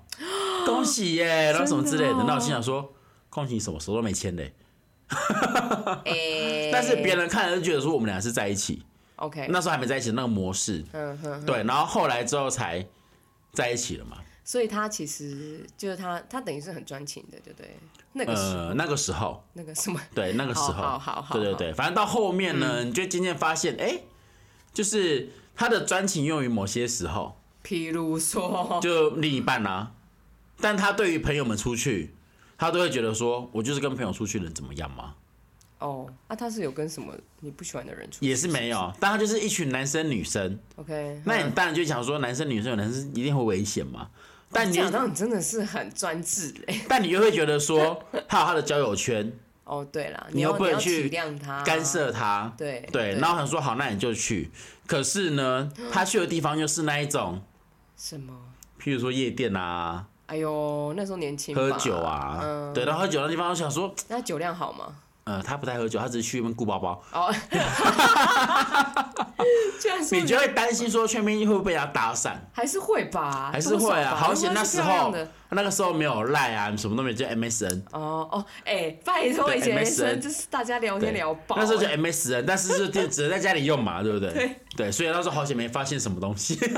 [SPEAKER 2] 恭喜耶、然后什么之类
[SPEAKER 1] 真的
[SPEAKER 2] 的，
[SPEAKER 1] 哦
[SPEAKER 2] 那我心想说。恭喜你什么手都没牵嘞、
[SPEAKER 1] 哎
[SPEAKER 2] 但是别人看了就觉得说我们俩是在一起，
[SPEAKER 1] OK，
[SPEAKER 2] 那时候还没在一起那个模式，
[SPEAKER 1] 嗯哼，
[SPEAKER 2] 对，然后后来之后才在一起了嘛。
[SPEAKER 1] 所以他其实就是他，他等于是很专情的，对不对？那个时
[SPEAKER 2] 呃，那个时候，
[SPEAKER 1] 那个什么， [laughs]
[SPEAKER 2] 对，呃那个时候，
[SPEAKER 1] 好好好好嗯
[SPEAKER 2] 对对对，反正到后面呢，你就渐渐发现，哎、就是他的专情用于某些时候，
[SPEAKER 1] 譬如说，
[SPEAKER 2] 就另一半啊，但他对于朋友们出去，他都会觉得说，我就是跟朋友出去能怎么样吗？
[SPEAKER 1] 哦，那他是有跟什么你不喜欢的人出去？
[SPEAKER 2] 也是没有，但他就是一群男生女生，
[SPEAKER 1] OK，
[SPEAKER 2] 那你
[SPEAKER 1] 嗯
[SPEAKER 2] 当然就想说，男生女生有男生一定会危险嘛，但你
[SPEAKER 1] 讲到你真的是啊很专制哎。
[SPEAKER 2] 但你又会觉得说，他有他的交友圈，
[SPEAKER 1] 哦，对啦，
[SPEAKER 2] 你
[SPEAKER 1] 要
[SPEAKER 2] 又不能
[SPEAKER 1] 你要
[SPEAKER 2] 去
[SPEAKER 1] 体谅他，
[SPEAKER 2] 干。涉他，
[SPEAKER 1] 啊对嗯
[SPEAKER 2] 对，然后想说好，那你就去，可是呢，他去的地方又是那一种。
[SPEAKER 1] 什么？
[SPEAKER 2] 譬如说夜店啊、
[SPEAKER 1] 哎呦，那时候年轻吧，
[SPEAKER 2] 喝酒啊，
[SPEAKER 1] 嗯
[SPEAKER 2] 对，然后喝酒那地方，我想说，
[SPEAKER 1] 那酒量好吗？
[SPEAKER 2] 呃，他不太喝酒，他只是去那边顾包包， [laughs]
[SPEAKER 1] 哦， [laughs] 居然说
[SPEAKER 2] 你就会担心说去那边会不会被人家搭讪，
[SPEAKER 1] 还是会吧，
[SPEAKER 2] 还是
[SPEAKER 1] 多
[SPEAKER 2] 会
[SPEAKER 1] 少
[SPEAKER 2] 啊？
[SPEAKER 1] 吧
[SPEAKER 2] 好
[SPEAKER 1] 因为
[SPEAKER 2] 险那
[SPEAKER 1] 是
[SPEAKER 2] 时
[SPEAKER 1] 漂亮
[SPEAKER 2] 候
[SPEAKER 1] 的
[SPEAKER 2] 那个时候没有赖啊，什么都没有，就 MSN，
[SPEAKER 1] 哦哦，哎，拜托
[SPEAKER 2] 对
[SPEAKER 1] 以前
[SPEAKER 2] MSN
[SPEAKER 1] 人就是大家聊天聊爆，
[SPEAKER 2] 那时候就 [laughs]
[SPEAKER 1] 哎
[SPEAKER 2] MSN，但是就只只能在家里用嘛，对不对？
[SPEAKER 1] [laughs] 对
[SPEAKER 2] 所以那时候好险没发现什么东西。 [laughs]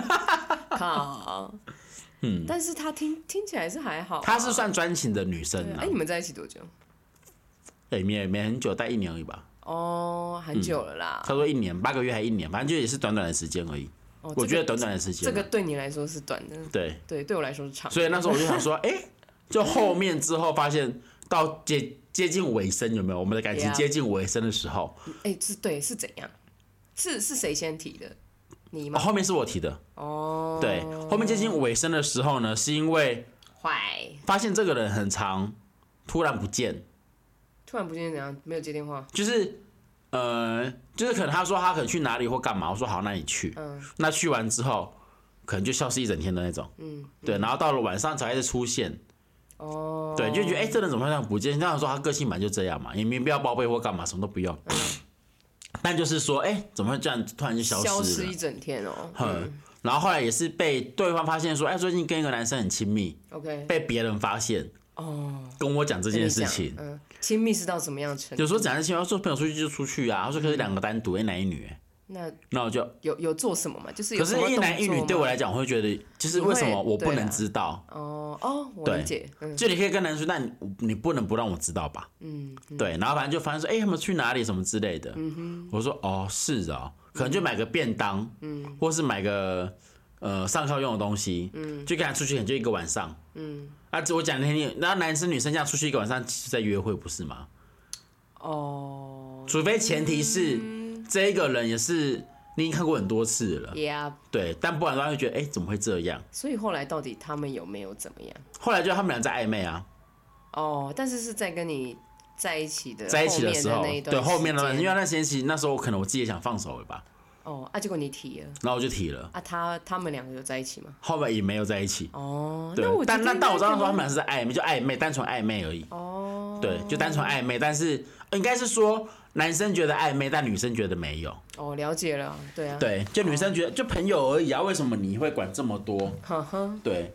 [SPEAKER 1] 靠，嗯，但是他听听起来是还好啊，
[SPEAKER 2] 她是算专情的女生
[SPEAKER 1] 对啊
[SPEAKER 2] 啊
[SPEAKER 1] 哎，，你们在一起多久？
[SPEAKER 2] 对，没没很久，待一年而已吧，
[SPEAKER 1] 哦，很久了啦，
[SPEAKER 2] 差不多一年八个月还一年，反正就也是短短的时间而已。
[SPEAKER 1] 哦
[SPEAKER 2] 我
[SPEAKER 1] 这
[SPEAKER 2] 觉
[SPEAKER 1] 个
[SPEAKER 2] 得短短的时间
[SPEAKER 1] 这
[SPEAKER 2] 啊，
[SPEAKER 1] 个对你来说是短的，
[SPEAKER 2] 对。
[SPEAKER 1] 对，对我来说是长的。
[SPEAKER 2] 所以那时候我就想
[SPEAKER 1] [laughs]
[SPEAKER 2] 说，哎、就后面之后发现到接接近尾声，有没有我们的感情
[SPEAKER 1] Yeah
[SPEAKER 2] 接近尾声的时候、
[SPEAKER 1] 哎、是对，是怎样？是是谁先提的？你
[SPEAKER 2] 哦
[SPEAKER 1] 吗？
[SPEAKER 2] 后面是我提的，
[SPEAKER 1] 哦，
[SPEAKER 2] 对，后面接近尾声的时候呢，是因为
[SPEAKER 1] 坏，
[SPEAKER 2] 发现这个人很长，突然不见，
[SPEAKER 1] 突然不见怎样？没有接电话，
[SPEAKER 2] 就是呃，就是可能他说他可能去哪里或干嘛，我说好，那你去，
[SPEAKER 1] 嗯
[SPEAKER 2] 那去完之后可能就消失一整天的那种，
[SPEAKER 1] 嗯，
[SPEAKER 2] 对，然后到了晚上才会出现，
[SPEAKER 1] 哦，
[SPEAKER 2] 对，就觉得哎、这人怎么会这样不见？那样说他个性本来就这样嘛，也没必要报备或干嘛，什么都不
[SPEAKER 1] [coughs]
[SPEAKER 2] 用。但就是说，哎、怎么会这样突然就消
[SPEAKER 1] 消
[SPEAKER 2] 失
[SPEAKER 1] 失
[SPEAKER 2] 了
[SPEAKER 1] 一？整天哦。
[SPEAKER 2] 嗯，然后后来也是被对方发现说，哎、最近跟一个男生很亲密，
[SPEAKER 1] OK，
[SPEAKER 2] 被别人发现，
[SPEAKER 1] 哦，
[SPEAKER 2] 跟我讲这
[SPEAKER 1] 跟
[SPEAKER 2] 件
[SPEAKER 1] 你
[SPEAKER 2] 事
[SPEAKER 1] 讲
[SPEAKER 2] 情。
[SPEAKER 1] 嗯，亲密是到什么样的程度？
[SPEAKER 2] 有时候讲这些，我说朋友出去就出去啊，他说可是两个单独，一男一女、哎
[SPEAKER 1] 那
[SPEAKER 2] 那我就，
[SPEAKER 1] 有有做什么吗？就是有
[SPEAKER 2] 可
[SPEAKER 1] 什
[SPEAKER 2] 是
[SPEAKER 1] 么
[SPEAKER 2] 一男一
[SPEAKER 1] 动作
[SPEAKER 2] 女
[SPEAKER 1] 吗
[SPEAKER 2] 对我来讲，我会觉得就是
[SPEAKER 1] 你会
[SPEAKER 2] 为什么我不
[SPEAKER 1] 对
[SPEAKER 2] 能
[SPEAKER 1] 啊
[SPEAKER 2] 知道？
[SPEAKER 1] 哦哦，我
[SPEAKER 2] 对
[SPEAKER 1] 理解，嗯
[SPEAKER 2] 就你可以跟男生说，那你你不能不让我知道吧？
[SPEAKER 1] 嗯，
[SPEAKER 2] 对，然后反正就发现说，哎、他们去哪里什么之类的。我说哦，是哦，可能就买个便当，嗯，或是买个呃上课用的东西，嗯，就跟他出去可能就一个晚上，嗯，啊，我讲那天，然后男生女生这样出去一个晚上是在约会不是吗？
[SPEAKER 1] 哦嗯
[SPEAKER 2] 除非前提是、这一个人也是你已经看过很多次了，
[SPEAKER 1] ，Yeah，
[SPEAKER 2] 对，但不然的话会觉得，哎、怎么会这样？
[SPEAKER 1] 所以后来到底他们有没有怎么样？
[SPEAKER 2] 后来就他们俩在暧昧啊，
[SPEAKER 1] 哦，但是是在跟你在一起的
[SPEAKER 2] 在一起
[SPEAKER 1] 的
[SPEAKER 2] 的时候，
[SPEAKER 1] 那一段
[SPEAKER 2] 对后面
[SPEAKER 1] 时
[SPEAKER 2] 的，
[SPEAKER 1] 间
[SPEAKER 2] 因为那时间其实那时候我可能我自己也想放手了吧，
[SPEAKER 1] 哦啊，结果你提了
[SPEAKER 2] 然后我就提了，
[SPEAKER 1] 啊，他他们两个有在一起吗？
[SPEAKER 2] 后来也没有在一起。
[SPEAKER 1] 哦，
[SPEAKER 2] 对，
[SPEAKER 1] 我觉
[SPEAKER 2] 但
[SPEAKER 1] 得
[SPEAKER 2] 那
[SPEAKER 1] 应
[SPEAKER 2] 但
[SPEAKER 1] 该
[SPEAKER 2] 我知道那时
[SPEAKER 1] 就
[SPEAKER 2] 候他们俩是在暧昧，就暧昧，单纯暧昧而已。
[SPEAKER 1] 哦，
[SPEAKER 2] 对，就单纯暧昧，但是应该是说男生觉得暧昧，但女生觉得没有。
[SPEAKER 1] 哦，了解了，对啊，，
[SPEAKER 2] 对，就女生觉得就朋友而已啊，为什么你会管这么多？
[SPEAKER 1] 呵呵，
[SPEAKER 2] 对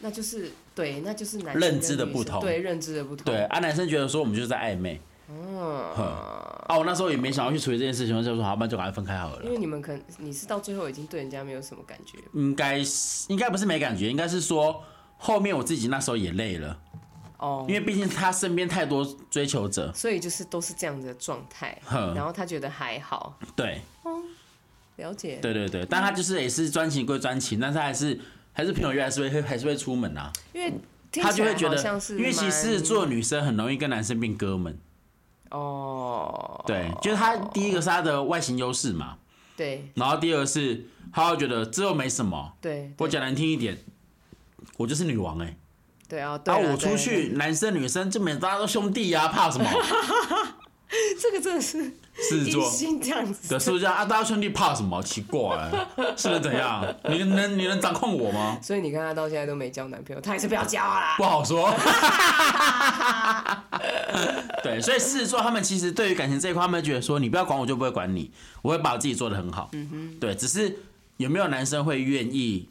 [SPEAKER 1] 那就是对，那就是男
[SPEAKER 2] 认
[SPEAKER 1] 生
[SPEAKER 2] 知的
[SPEAKER 1] 跟女
[SPEAKER 2] 不
[SPEAKER 1] 生
[SPEAKER 2] 同
[SPEAKER 1] 对认知的不同，
[SPEAKER 2] 对，啊，男生觉得说我们就是在暧昧。嗯，啊，我那时候也没想要去处理这件事情，我就说好，那就赶快分开好了
[SPEAKER 1] 因。为你们可能你是到最后已经对人家没有什么感觉了
[SPEAKER 2] 应该是应该不是没感觉，应该是说后面我自己那时候也累了，
[SPEAKER 1] 哦
[SPEAKER 2] 因，为毕竟他身边太多追求者。
[SPEAKER 1] 所以就是都是这样子的状态，
[SPEAKER 2] 哼
[SPEAKER 1] 然后他觉得还好，
[SPEAKER 2] 对
[SPEAKER 1] 了解，
[SPEAKER 2] 对对对，但他就是也是专情归专情，但是他还是还是朋友约还是会还是会出门啊。
[SPEAKER 1] 因为听
[SPEAKER 2] 他
[SPEAKER 1] 起
[SPEAKER 2] 就
[SPEAKER 1] 来
[SPEAKER 2] 会觉
[SPEAKER 1] 好
[SPEAKER 2] 得
[SPEAKER 1] 像，是
[SPEAKER 2] 因为其实
[SPEAKER 1] 蛮
[SPEAKER 2] 做女生很容易跟男生变哥们，
[SPEAKER 1] 哦，
[SPEAKER 2] 对，就是他第一个是他的外形优势嘛，
[SPEAKER 1] 对
[SPEAKER 2] 然后第二个是他会觉得这又没什么，
[SPEAKER 1] 对，
[SPEAKER 2] 我
[SPEAKER 1] 对
[SPEAKER 2] 讲难听一点，我就是女王哎、
[SPEAKER 1] 对啊，
[SPEAKER 2] 欸，
[SPEAKER 1] 对
[SPEAKER 2] 啊
[SPEAKER 1] 啦 [laughs]
[SPEAKER 2] 我出，去男生女生这边大家都兄弟呀、怕什么？
[SPEAKER 1] 对啦这个真
[SPEAKER 2] [laughs]
[SPEAKER 1] 的是
[SPEAKER 2] 狮子
[SPEAKER 1] 一
[SPEAKER 2] 座。
[SPEAKER 1] 心这样子，
[SPEAKER 2] 对，是不是这样啊？大家兄弟怕什么？奇怪、是能怎样？你能你能掌控我吗？
[SPEAKER 1] 所以你看他到现在都没交男朋友，他还是不要交啦。
[SPEAKER 2] 不好说。 [laughs] 对，所以狮子座他们其实对于感情这一块，他们觉得说你不要管我，就不会管你，我会把我自己做的很好。嗯哼，对，只是有没有男生会愿意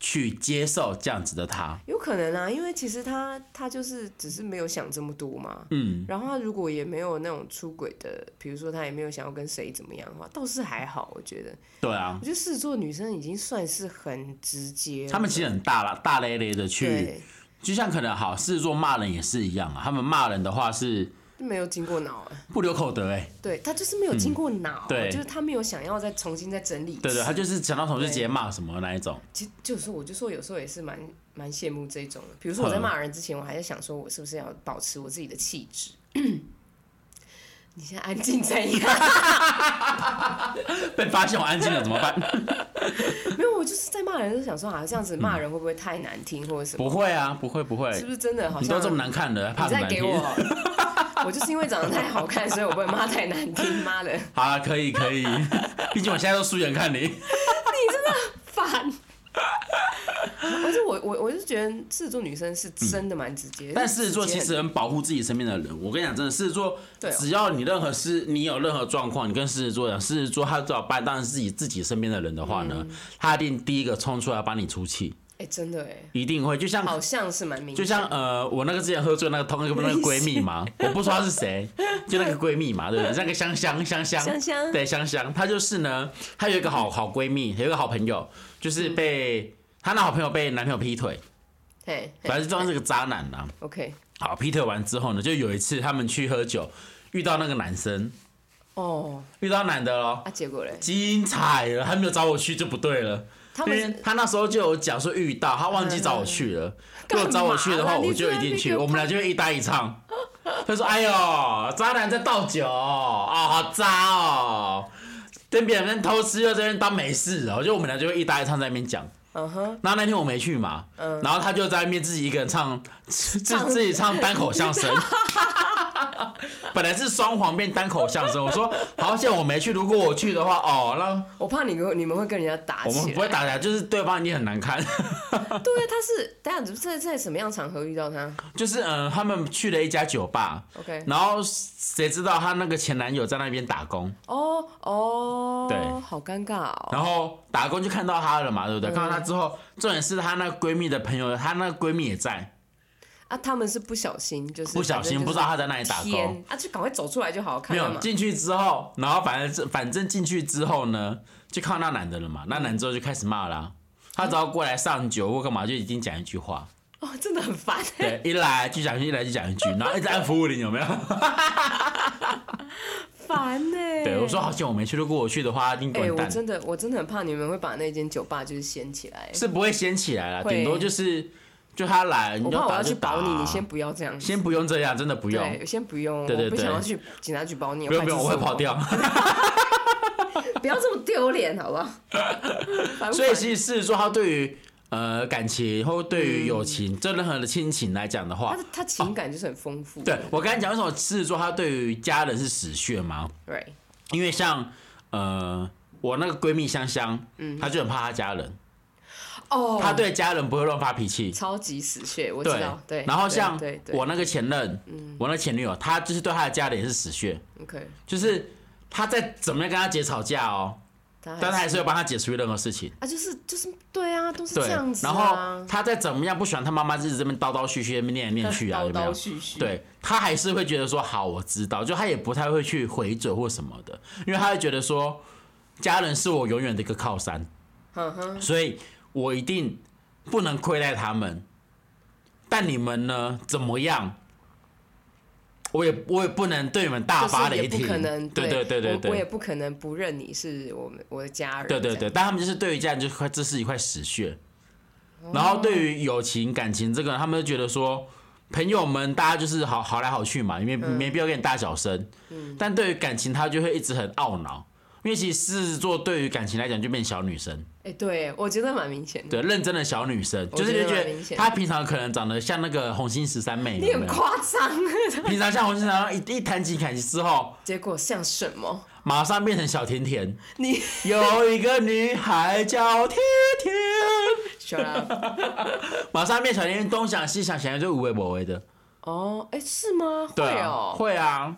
[SPEAKER 2] 去接受这样子的他？
[SPEAKER 1] 有可能啊，因为其实他他就是只是没有想这么多嘛，
[SPEAKER 2] 嗯，
[SPEAKER 1] 然后他如果也没有那种出轨的，比如说他也没有想要跟谁怎么样的话，倒是还好，我觉得，
[SPEAKER 2] 对啊
[SPEAKER 1] 我，觉得狮子座女生已经算是很直接了，
[SPEAKER 2] 他们其实很大啦，大咧咧的去，
[SPEAKER 1] 对
[SPEAKER 2] 就像可能好狮子座骂人也是一样啊，他们骂人的话是
[SPEAKER 1] 没有经过脑啊，
[SPEAKER 2] 不留口德哎、欸，
[SPEAKER 1] 对他就是没有经过脑，啊
[SPEAKER 2] 对
[SPEAKER 1] 就是他没有想要再重新再整理，
[SPEAKER 2] 对对，他就是想到什么就直接骂什么的那一种， [laughs]
[SPEAKER 1] 其实就是我就说有时候也是蛮蛮羡慕这种的。比如说我
[SPEAKER 2] 嗯
[SPEAKER 1] 在骂人之前，我还在想说我是不是要保持我自己的气质。 [clears throat] 你现在安静怎样？
[SPEAKER 2] 被发现我安静了怎么办？
[SPEAKER 1] [laughs] 没有，我就是在骂人，就想说啊，这样子骂人会不会太难听或者什么？
[SPEAKER 2] 不会啊，不会嗯不会
[SPEAKER 1] 是，不是真的好
[SPEAKER 2] 你
[SPEAKER 1] 像
[SPEAKER 2] 都这么难看了，还怕
[SPEAKER 1] 你
[SPEAKER 2] 什么
[SPEAKER 1] 再
[SPEAKER 2] 难
[SPEAKER 1] 给
[SPEAKER 2] 听？ [laughs]
[SPEAKER 1] 我， [laughs] 我就是因为长得太好看，所以我不会骂太难听。妈的，
[SPEAKER 2] 好了，可以
[SPEAKER 1] [laughs]
[SPEAKER 2] 可以，毕竟我现在都素颜看你。
[SPEAKER 1] 烦。 [laughs] 而且我我我就觉得狮子座女生是真的蛮直接，
[SPEAKER 2] 嗯但狮子座
[SPEAKER 1] 直接
[SPEAKER 2] 其
[SPEAKER 1] 很
[SPEAKER 2] 实很保护自己身边的人，我跟你讲，真的，狮子座
[SPEAKER 1] 对哦
[SPEAKER 2] 只要你任何事，你有任何状况，你跟狮子座讲，狮子座他最好办，当然是自己自己身边的人的话
[SPEAKER 1] 嗯
[SPEAKER 2] 呢，他一定第一个冲出来帮你出气，
[SPEAKER 1] 哎、真的哎，
[SPEAKER 2] 一定会，就像
[SPEAKER 1] 好像是蛮明
[SPEAKER 2] 就
[SPEAKER 1] 显，
[SPEAKER 2] 像呃，我那个之前喝醉那个同那个那个闺蜜
[SPEAKER 1] [laughs]
[SPEAKER 2] 嘛，我不说她是谁，就那个闺蜜嘛，对不对？那个香香香香
[SPEAKER 1] 香香
[SPEAKER 2] 对香香，她就是呢，她有一个好好闺蜜，有一个好朋友，
[SPEAKER 1] 嗯
[SPEAKER 2] 就是被她那好朋友被男朋友劈腿，
[SPEAKER 1] 嘿嘿
[SPEAKER 2] 反正装是个渣男啦、
[SPEAKER 1] ，OK，
[SPEAKER 2] 好，劈腿完之后呢，就有一次他们去喝酒，遇到那个男生，
[SPEAKER 1] 哦，
[SPEAKER 2] 遇到男的咯，
[SPEAKER 1] 啊，结果嘞，
[SPEAKER 2] 精彩了，他没有找我去就不对了。
[SPEAKER 1] 他
[SPEAKER 2] 因
[SPEAKER 1] 们
[SPEAKER 2] 为
[SPEAKER 1] 是
[SPEAKER 2] 他那时候就有讲说遇到，他忘记找我去了。如果找我去的话，
[SPEAKER 1] 干嘛啦
[SPEAKER 2] 我就一定
[SPEAKER 1] 你在那
[SPEAKER 2] 去，
[SPEAKER 1] 边
[SPEAKER 2] 我们俩就会一搭一
[SPEAKER 1] [laughs]
[SPEAKER 2] 唱。他说：“哎呦，渣男在倒酒啊、好渣哦，跟别人偷吃又在那边当没事哦。”就我们俩就会一搭一唱在那边讲。
[SPEAKER 1] 嗯哼，嗯
[SPEAKER 2] 然后那天我没去嘛，然后他就在那边自己一个人唱，自
[SPEAKER 1] 唱
[SPEAKER 2] 自己唱单口相
[SPEAKER 1] [laughs]
[SPEAKER 2] 声。本来是双簧变单口相声，我说好险我没去，如果我去的话，哦，那
[SPEAKER 1] 我怕你们你们会跟人家打
[SPEAKER 2] 我
[SPEAKER 1] 起
[SPEAKER 2] 们不
[SPEAKER 1] 来。
[SPEAKER 2] 会打架，就是对方一定很难堪。 [laughs]
[SPEAKER 1] 对啊，他是等下在在什么样场合遇到他
[SPEAKER 2] 就是嗯、呃他们去了一家酒吧，
[SPEAKER 1] ？OK，
[SPEAKER 2] 然后谁知道她那个前男友在那边打工，
[SPEAKER 1] 哦哦，
[SPEAKER 2] 对
[SPEAKER 1] 好尴尬哦。
[SPEAKER 2] 然后打工就看到她了嘛，对不对？
[SPEAKER 1] 嗯
[SPEAKER 2] 看到她之后，重点是她那个闺蜜的朋友，她那个闺蜜也在，
[SPEAKER 1] 啊，他们是不小心，就是
[SPEAKER 2] 不小心不知道她在那里打工。
[SPEAKER 1] 天啊，就赶快走出来就好，看
[SPEAKER 2] 没
[SPEAKER 1] 到
[SPEAKER 2] 有
[SPEAKER 1] 嘛。
[SPEAKER 2] 进去之后，然后反正反正进去之后呢，就看到那男的了嘛，那男之后就开始骂啦、他只要过来上酒或干嘛，就一定讲一句
[SPEAKER 1] [laughs]
[SPEAKER 2] 话，
[SPEAKER 1] 哦，真的很烦。
[SPEAKER 2] 对，一来就讲一句，一来就讲一句，然后一直按服务铃，有没有？
[SPEAKER 1] 烦呢、
[SPEAKER 2] 对，我说好险我没去，如果我去的话，一定
[SPEAKER 1] 哎、
[SPEAKER 2] 滚
[SPEAKER 1] 我
[SPEAKER 2] 蛋。
[SPEAKER 1] 真的我真的很怕你们会把那间酒吧就是掀起来。
[SPEAKER 2] 是不会掀起来啦，
[SPEAKER 1] 会
[SPEAKER 2] 顶多就是就他来，你
[SPEAKER 1] 我
[SPEAKER 2] 就
[SPEAKER 1] 怕我
[SPEAKER 2] 打
[SPEAKER 1] 要
[SPEAKER 2] 就
[SPEAKER 1] 去
[SPEAKER 2] 打啊
[SPEAKER 1] 保你，你先不要这样子。
[SPEAKER 2] 先不用这样，真的不用，
[SPEAKER 1] 对，先不用，
[SPEAKER 2] 对对
[SPEAKER 1] 我不想
[SPEAKER 2] 对
[SPEAKER 1] 要去警察局保你，
[SPEAKER 2] 不用不用，我
[SPEAKER 1] 派
[SPEAKER 2] 会
[SPEAKER 1] 出所
[SPEAKER 2] 跑
[SPEAKER 1] [laughs]
[SPEAKER 2] 掉。 [laughs] [laughs]
[SPEAKER 1] 不要这么丢脸，好不好？烦不
[SPEAKER 2] 所以
[SPEAKER 1] 烦
[SPEAKER 2] 其实狮子座他对于呃感情或对于友情，这任何的亲情来讲的话
[SPEAKER 1] 嗯他，的他情感就是很丰富
[SPEAKER 2] 对
[SPEAKER 1] 的。
[SPEAKER 2] 我刚才讲为什么狮子座他对于家人是死穴吗？
[SPEAKER 1] 对，
[SPEAKER 2] 因为像呃我那个闺蜜香香，嗯，她就很怕她家人，
[SPEAKER 1] 哦，
[SPEAKER 2] 她对家人不会乱发脾气。
[SPEAKER 1] 超级死穴，我知
[SPEAKER 2] 对
[SPEAKER 1] 道。对，
[SPEAKER 2] 然后
[SPEAKER 1] 对
[SPEAKER 2] 像
[SPEAKER 1] 对对嗯
[SPEAKER 2] 我那个前任，我那前女友，她就是对她的家人也是死穴，
[SPEAKER 1] ，OK，
[SPEAKER 2] 就是她再怎么样跟她姐吵架哦，
[SPEAKER 1] 他
[SPEAKER 2] 但她
[SPEAKER 1] 还
[SPEAKER 2] 还是会帮她解除任何事情。
[SPEAKER 1] 啊，就是就是对啊，都是
[SPEAKER 2] 对
[SPEAKER 1] 这样，子
[SPEAKER 2] 然
[SPEAKER 1] 啊
[SPEAKER 2] 后，她再怎么样不喜欢她妈妈，日子这边叨叨絮絮，那边念来念去啊，有
[SPEAKER 1] 叨
[SPEAKER 2] 没
[SPEAKER 1] 叨
[SPEAKER 2] 有？
[SPEAKER 1] 絮絮，，
[SPEAKER 2] 对她还是会觉得说好，我知道，就她也不太会去回嘴或什么的，因为她会觉得说家人是我永远的一个靠山，
[SPEAKER 1] 哼哼，
[SPEAKER 2] 所以我一定不能亏待他们。但你们呢，怎么样？我也我也不能对你们大发
[SPEAKER 1] 就是
[SPEAKER 2] 雷
[SPEAKER 1] 也不
[SPEAKER 2] 霆，
[SPEAKER 1] 可能，
[SPEAKER 2] 对
[SPEAKER 1] 对
[SPEAKER 2] 对对对
[SPEAKER 1] 我我也
[SPEAKER 2] 对，
[SPEAKER 1] 不可能不认你是我们我的家人，
[SPEAKER 2] 对对
[SPEAKER 1] 这样，
[SPEAKER 2] 对。但他们就是对于家人，就块这是一块死穴。然后对于友情感情这个，他们就觉得说，朋友们大家就是好好来好去嘛，因为
[SPEAKER 1] 嗯
[SPEAKER 2] 没必要跟你大小声。但对于感情，他就会一直很懊恼，因为其实狮子座对于感情来讲就变小女生。
[SPEAKER 1] 哎，对我觉得蛮明显的，
[SPEAKER 2] 对，认真的小女生，
[SPEAKER 1] 我
[SPEAKER 2] 就是
[SPEAKER 1] 觉
[SPEAKER 2] 你
[SPEAKER 1] 得
[SPEAKER 2] 会觉
[SPEAKER 1] 蛮明
[SPEAKER 2] 得
[SPEAKER 1] 显
[SPEAKER 2] 她平常可能长得像那个红星十三妹，
[SPEAKER 1] 你
[SPEAKER 2] 有没有？
[SPEAKER 1] 很夸张， [laughs]
[SPEAKER 2] 平常像红星十三妹一一谈起感情之后，
[SPEAKER 1] 结果像什么？
[SPEAKER 2] 马上变成小甜甜。 [laughs]
[SPEAKER 1] 你
[SPEAKER 2] 有一个女孩叫甜甜，
[SPEAKER 1] shut up
[SPEAKER 2] 马上变小甜甜，东想西想，想来就无为不为的。
[SPEAKER 1] 哦，哎，是吗？
[SPEAKER 2] 对
[SPEAKER 1] 会
[SPEAKER 2] 啊，
[SPEAKER 1] 哦，
[SPEAKER 2] 会啊。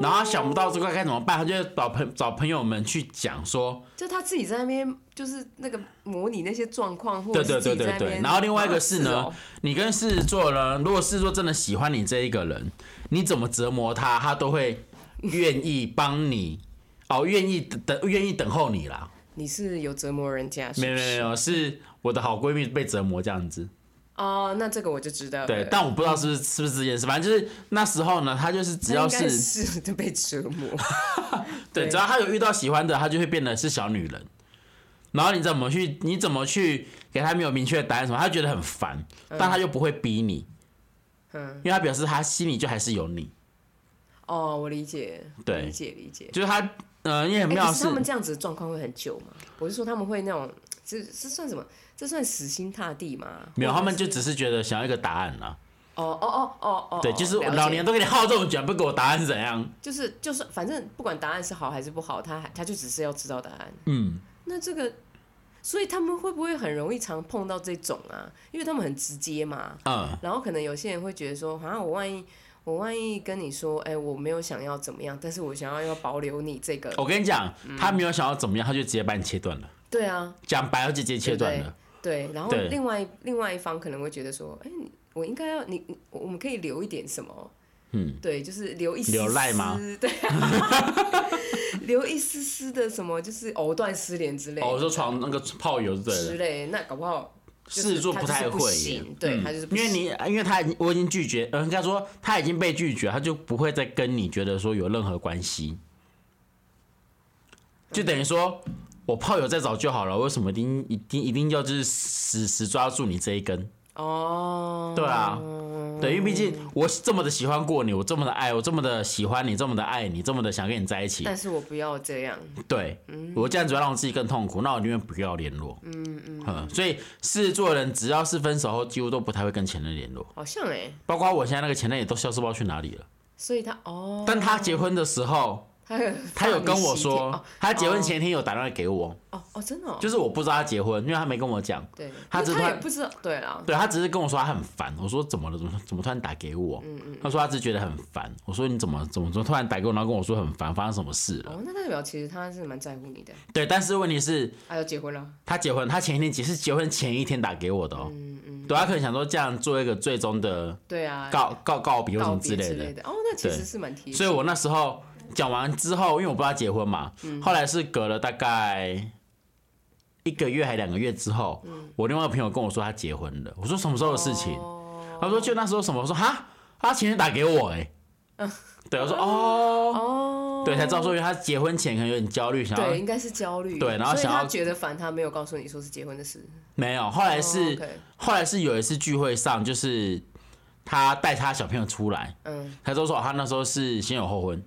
[SPEAKER 2] 然后她想不到这块该怎么办，她就找朋找朋友们去讲说，
[SPEAKER 1] 就他自己在那边，就是那个模拟那些状况，或
[SPEAKER 2] 对
[SPEAKER 1] 者是
[SPEAKER 2] 对对
[SPEAKER 1] 自己在
[SPEAKER 2] 对
[SPEAKER 1] 那
[SPEAKER 2] 对。
[SPEAKER 1] 边
[SPEAKER 2] 然后另外一个是
[SPEAKER 1] 啊 [laughs]
[SPEAKER 2] 呢
[SPEAKER 1] 哦，
[SPEAKER 2] 你跟狮子座呢，如果狮子座真的喜欢你这一个人，你怎么折磨他，他都会愿意帮你，哦，愿意等愿意等候你啦。
[SPEAKER 1] 你是有折磨人家，是不
[SPEAKER 2] 没
[SPEAKER 1] 是
[SPEAKER 2] 有没有没有，是我的好闺蜜被折磨这样子。
[SPEAKER 1] 哦，那这个我就知道了，
[SPEAKER 2] 对，但我不知道是不是是不是这件事，反正就是那时候呢，她就是只
[SPEAKER 1] 那
[SPEAKER 2] 要
[SPEAKER 1] 应该
[SPEAKER 2] 是
[SPEAKER 1] 是 [laughs] 都被折磨，
[SPEAKER 2] 对，
[SPEAKER 1] 对
[SPEAKER 2] 只要她有遇到喜欢的，她就会变得是小女人。然后你怎么去你怎么去给她没有明确的答案什么，她觉得很烦，但她又不会逼你，
[SPEAKER 1] 嗯，
[SPEAKER 2] 因为她表示她心里就还是有你。
[SPEAKER 1] 哦，我理解，
[SPEAKER 2] 对
[SPEAKER 1] 理解理解。
[SPEAKER 2] 就是他，呃，也很
[SPEAKER 1] 哎，
[SPEAKER 2] 妙
[SPEAKER 1] 可
[SPEAKER 2] 是，
[SPEAKER 1] 是他们这样子的状况会很久吗？我是说他们会那种，这这算什么？这算死心塌地吗？
[SPEAKER 2] 没有，
[SPEAKER 1] 或者
[SPEAKER 2] 他们就是只是觉得想要一个答案啦。
[SPEAKER 1] 哦哦哦哦哦，
[SPEAKER 2] 对，
[SPEAKER 1] 哦
[SPEAKER 2] 就是
[SPEAKER 1] 了解
[SPEAKER 2] 老娘都给你耗这种卷，不给我答案是怎样？
[SPEAKER 1] 就是就是，反正不管答案是好还是不好，他还他就只是要知道答案。
[SPEAKER 2] 嗯，
[SPEAKER 1] 那这个，所以他们会不会很容易常碰到这种啊？因为他们很直接嘛。
[SPEAKER 2] 嗯，
[SPEAKER 1] 然后可能有些人会觉得说，好像我万一我万一跟你说，哎、我没有想要怎么样，但是我想要要保留你这个，
[SPEAKER 2] 我跟你讲，
[SPEAKER 1] 嗯
[SPEAKER 2] 他没有想要怎么样，他就直接把你切断了，
[SPEAKER 1] 对啊，
[SPEAKER 2] 讲白了就直接切断了。
[SPEAKER 1] 对。然后
[SPEAKER 2] 对
[SPEAKER 1] 另外另外一方可能会觉得说，哎、你我应该要你，你我们可以留一点什么。
[SPEAKER 2] 嗯，
[SPEAKER 1] 对，就是留一丝丝
[SPEAKER 2] 留赖吗？
[SPEAKER 1] 对、 [laughs] 啊，留一丝丝的什么，就是藕断丝连之类的
[SPEAKER 2] 哦，我说床那个炮友是对
[SPEAKER 1] 之
[SPEAKER 2] 的，
[SPEAKER 1] 类，那搞不好就是
[SPEAKER 2] 狮子座太
[SPEAKER 1] 他就是不
[SPEAKER 2] 会耶
[SPEAKER 1] 行，对
[SPEAKER 2] 嗯
[SPEAKER 1] 他就是不
[SPEAKER 2] 因为你，因为他已经我已经拒绝，呃，应该说他已经被拒绝，他就不会再跟你觉得说有任何关系，就等于说。我炮友再找就好了，为什么一定一定一定要就是死死抓住你这一根？
[SPEAKER 1] 哦，
[SPEAKER 2] 对啊，对，因为毕竟我这么的喜欢过你，我这么的爱，我这么的喜欢你，这么的爱你，这么的想跟你在一起，
[SPEAKER 1] 但是我不要这样，
[SPEAKER 2] 对、我这样子会让我自己更痛苦，那我宁愿不要联络。嗯嗯所以狮子座人只要是分手后，几乎都不太会跟前任联络，
[SPEAKER 1] 好像哎、
[SPEAKER 2] 包括我现在那个前任也都消失不知道去哪里了。
[SPEAKER 1] 所以他哦，
[SPEAKER 2] 但他结婚的时候，
[SPEAKER 1] 他有
[SPEAKER 2] 他有跟我
[SPEAKER 1] 放
[SPEAKER 2] 说，他结婚前一天有打电话给我，
[SPEAKER 1] 你哦哦哦真的、哦，
[SPEAKER 2] 就是我不知道他结婚，因为他没跟我讲。
[SPEAKER 1] 对，
[SPEAKER 2] 他
[SPEAKER 1] 因
[SPEAKER 2] 只
[SPEAKER 1] 为他
[SPEAKER 2] 突
[SPEAKER 1] 也
[SPEAKER 2] 然
[SPEAKER 1] 不知道，对啦，
[SPEAKER 2] 对他只是跟我说他很烦，我说怎么了？怎么怎么突然打给我？
[SPEAKER 1] 嗯
[SPEAKER 2] 他说他只是觉得很烦。我说你怎么怎么怎么突然打给我，然后跟我说很烦，发生什么事了？
[SPEAKER 1] 哦，那代表其实他是蛮在乎你的，
[SPEAKER 2] 对，但是问题是，
[SPEAKER 1] 他要结婚了，
[SPEAKER 2] 他结婚，他前一天结是结婚前一天打给我的哦。对，他可能想说这样做一个最终的
[SPEAKER 1] 嗯对啊，
[SPEAKER 2] 告告告别或什
[SPEAKER 1] 告
[SPEAKER 2] 么
[SPEAKER 1] 别
[SPEAKER 2] 之
[SPEAKER 1] 之
[SPEAKER 2] 类
[SPEAKER 1] 类
[SPEAKER 2] 的。
[SPEAKER 1] 的，哦，那其
[SPEAKER 2] 对
[SPEAKER 1] 实是蛮贴
[SPEAKER 2] 所以我那时候讲完之后，因为我不知道他结婚嘛，
[SPEAKER 1] 嗯
[SPEAKER 2] 后来是隔了大概一个月还两个月之后，我另外一个朋友跟我说他结婚了。我说什么时候的事情？
[SPEAKER 1] 嗯哦
[SPEAKER 2] 他说就那时候什么？我说哈，他前天打给我哎、
[SPEAKER 1] 嗯
[SPEAKER 2] 对，我说哦，
[SPEAKER 1] 哦，
[SPEAKER 2] 对，才知道说原来他结婚前可能有点焦虑，想
[SPEAKER 1] 对，
[SPEAKER 2] 要
[SPEAKER 1] 应该是焦虑，
[SPEAKER 2] 对然后
[SPEAKER 1] 所以
[SPEAKER 2] 想
[SPEAKER 1] 他
[SPEAKER 2] 要
[SPEAKER 1] 觉得烦，他没有告诉你说是结婚的事，
[SPEAKER 2] 没有。后来
[SPEAKER 1] 哦
[SPEAKER 2] 是
[SPEAKER 1] ，OK
[SPEAKER 2] 后来是有一次聚会上，就是他带他小朋友出来，
[SPEAKER 1] 嗯，
[SPEAKER 2] 他就说哦他那时候是先有后婚，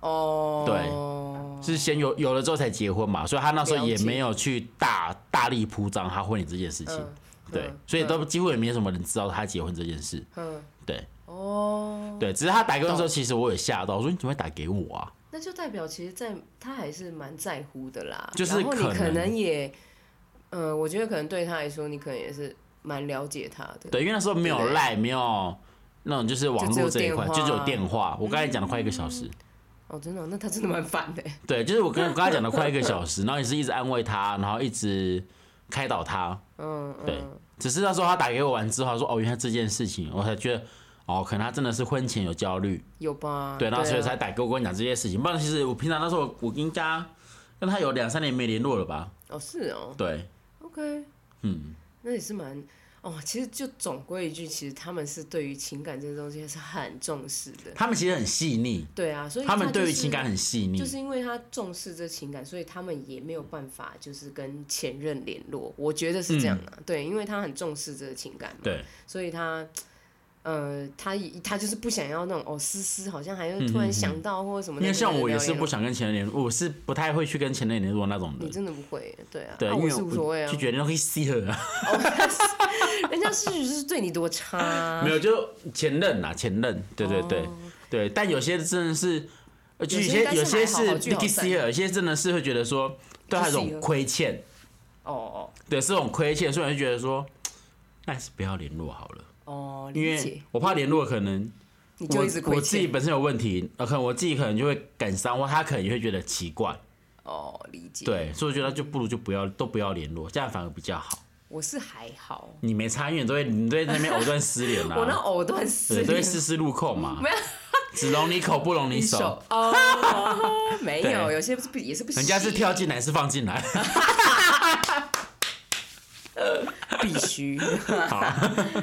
[SPEAKER 1] 哦，
[SPEAKER 2] 是先有有了之后才结婚嘛，所以他那时候
[SPEAKER 1] 了
[SPEAKER 2] 也
[SPEAKER 1] 解
[SPEAKER 2] 没有去大大力铺张他婚礼这件事情
[SPEAKER 1] 嗯。
[SPEAKER 2] 对，所以都几乎也没什么人知道他结婚这件事。
[SPEAKER 1] 嗯，
[SPEAKER 2] 对
[SPEAKER 1] 哦，
[SPEAKER 2] 对，只是他打给我的时候，其实我有吓到，我说你怎么会打给我啊？
[SPEAKER 1] 那就代表其实在他还是蛮在乎的啦。
[SPEAKER 2] 就是
[SPEAKER 1] 然后你
[SPEAKER 2] 可能
[SPEAKER 1] 可能也，呃，我觉得可能对他来说，你可能也是蛮了解他的。
[SPEAKER 2] 对，因为那时候没有
[SPEAKER 1] 对
[SPEAKER 2] 赖，没有那种就是网络这一块，
[SPEAKER 1] 就
[SPEAKER 2] 就
[SPEAKER 1] 只有电话
[SPEAKER 2] 只有电话。我刚才讲了快一个小时，
[SPEAKER 1] 哦，真的哦、那他真的蛮烦的。
[SPEAKER 2] 对，就是我跟我刚才讲了快一个小时，然后也是一直安慰他，然后一直开导他。
[SPEAKER 1] 嗯，嗯
[SPEAKER 2] 对，只是那时候他打给我完之后，他说哦，原来这件事情，我才觉得哦，可能他真的是婚前有焦虑，
[SPEAKER 1] 有吧？
[SPEAKER 2] 对，然后所以
[SPEAKER 1] 啊
[SPEAKER 2] 才打给我跟你讲这些事情。不然其实我平常那时候我应该跟他有两三年没联络了吧？
[SPEAKER 1] 哦，是哦
[SPEAKER 2] 对，
[SPEAKER 1] ，OK，
[SPEAKER 2] 嗯，
[SPEAKER 1] 那也是蛮哦。其实就总归一句，其实他们是对于情感这些东西还是很重视的。
[SPEAKER 2] 他们其实很细腻，
[SPEAKER 1] 对啊，所以
[SPEAKER 2] 他们
[SPEAKER 1] 就
[SPEAKER 2] 对于
[SPEAKER 1] 是
[SPEAKER 2] 情感很细腻
[SPEAKER 1] 就，是因为他重视这情感，所以他们也没有办法就是跟前任联络。我觉得是这样啊，对，因为他很重视这个情感嘛，
[SPEAKER 2] 嗯对，
[SPEAKER 1] 所以他。呃，他也他就是不想要那种哦，思思好像还
[SPEAKER 2] 嗯嗯
[SPEAKER 1] 是突然想到或者什么
[SPEAKER 2] 因
[SPEAKER 1] 的。
[SPEAKER 2] 为像
[SPEAKER 1] 对
[SPEAKER 2] 我也是，
[SPEAKER 1] 对
[SPEAKER 2] 不想跟前任联络，我是不太会去跟前任联络那种
[SPEAKER 1] 对
[SPEAKER 2] 的
[SPEAKER 1] 你，真的不会，对啊，
[SPEAKER 2] 对，
[SPEAKER 1] 啊
[SPEAKER 2] 因
[SPEAKER 1] 我
[SPEAKER 2] 为
[SPEAKER 1] 是无所谓啊
[SPEAKER 2] 就，觉得可以 see 了，
[SPEAKER 1] [laughs] 人家是是对你多差啊，
[SPEAKER 2] 没有就前任啦，前任，对对对
[SPEAKER 1] 哦
[SPEAKER 2] 对，但有些真的是，呃就
[SPEAKER 1] 有
[SPEAKER 2] 有
[SPEAKER 1] 些
[SPEAKER 2] 些
[SPEAKER 1] 但是
[SPEAKER 2] 有些
[SPEAKER 1] 还好好
[SPEAKER 2] 是
[SPEAKER 1] 聚好
[SPEAKER 2] Nicky
[SPEAKER 1] 散
[SPEAKER 2] see 了，有些真的是会觉得说对他有
[SPEAKER 1] 就 see
[SPEAKER 2] 种
[SPEAKER 1] 了
[SPEAKER 2] 亏欠，
[SPEAKER 1] 哦
[SPEAKER 2] 对，是这种亏欠，所以我就觉得说，哎那还是不要联络好了，
[SPEAKER 1] 哦哦，
[SPEAKER 2] 因
[SPEAKER 1] 理
[SPEAKER 2] 为
[SPEAKER 1] 解，
[SPEAKER 2] 我怕联络可能
[SPEAKER 1] 你就
[SPEAKER 2] 我
[SPEAKER 1] 一直亏
[SPEAKER 2] 我自己
[SPEAKER 1] 欠，
[SPEAKER 2] 本身有问题，呃，可能我自己可能就会感伤，或他可能也会觉得奇怪，
[SPEAKER 1] 哦，理解，，
[SPEAKER 2] 对，所以我觉得就不如就不要都不要联络，这样反而比较好。
[SPEAKER 1] 我是还好，
[SPEAKER 2] 你没差，因为你都会你对那边藕断丝连
[SPEAKER 1] [laughs] 我那
[SPEAKER 2] 啊，
[SPEAKER 1] 藕断丝
[SPEAKER 2] 对，都会
[SPEAKER 1] 连，
[SPEAKER 2] 丝丝入扣嘛
[SPEAKER 1] [laughs] 没有，
[SPEAKER 2] 只容你口不容你手，
[SPEAKER 1] 哦，
[SPEAKER 2] [laughs]
[SPEAKER 1] 没有，
[SPEAKER 2] 对
[SPEAKER 1] 有些不是不也是不行，
[SPEAKER 2] 人家是跳进来是放进
[SPEAKER 1] [laughs]
[SPEAKER 2] 来，
[SPEAKER 1] 必须，
[SPEAKER 2] [laughs] 好，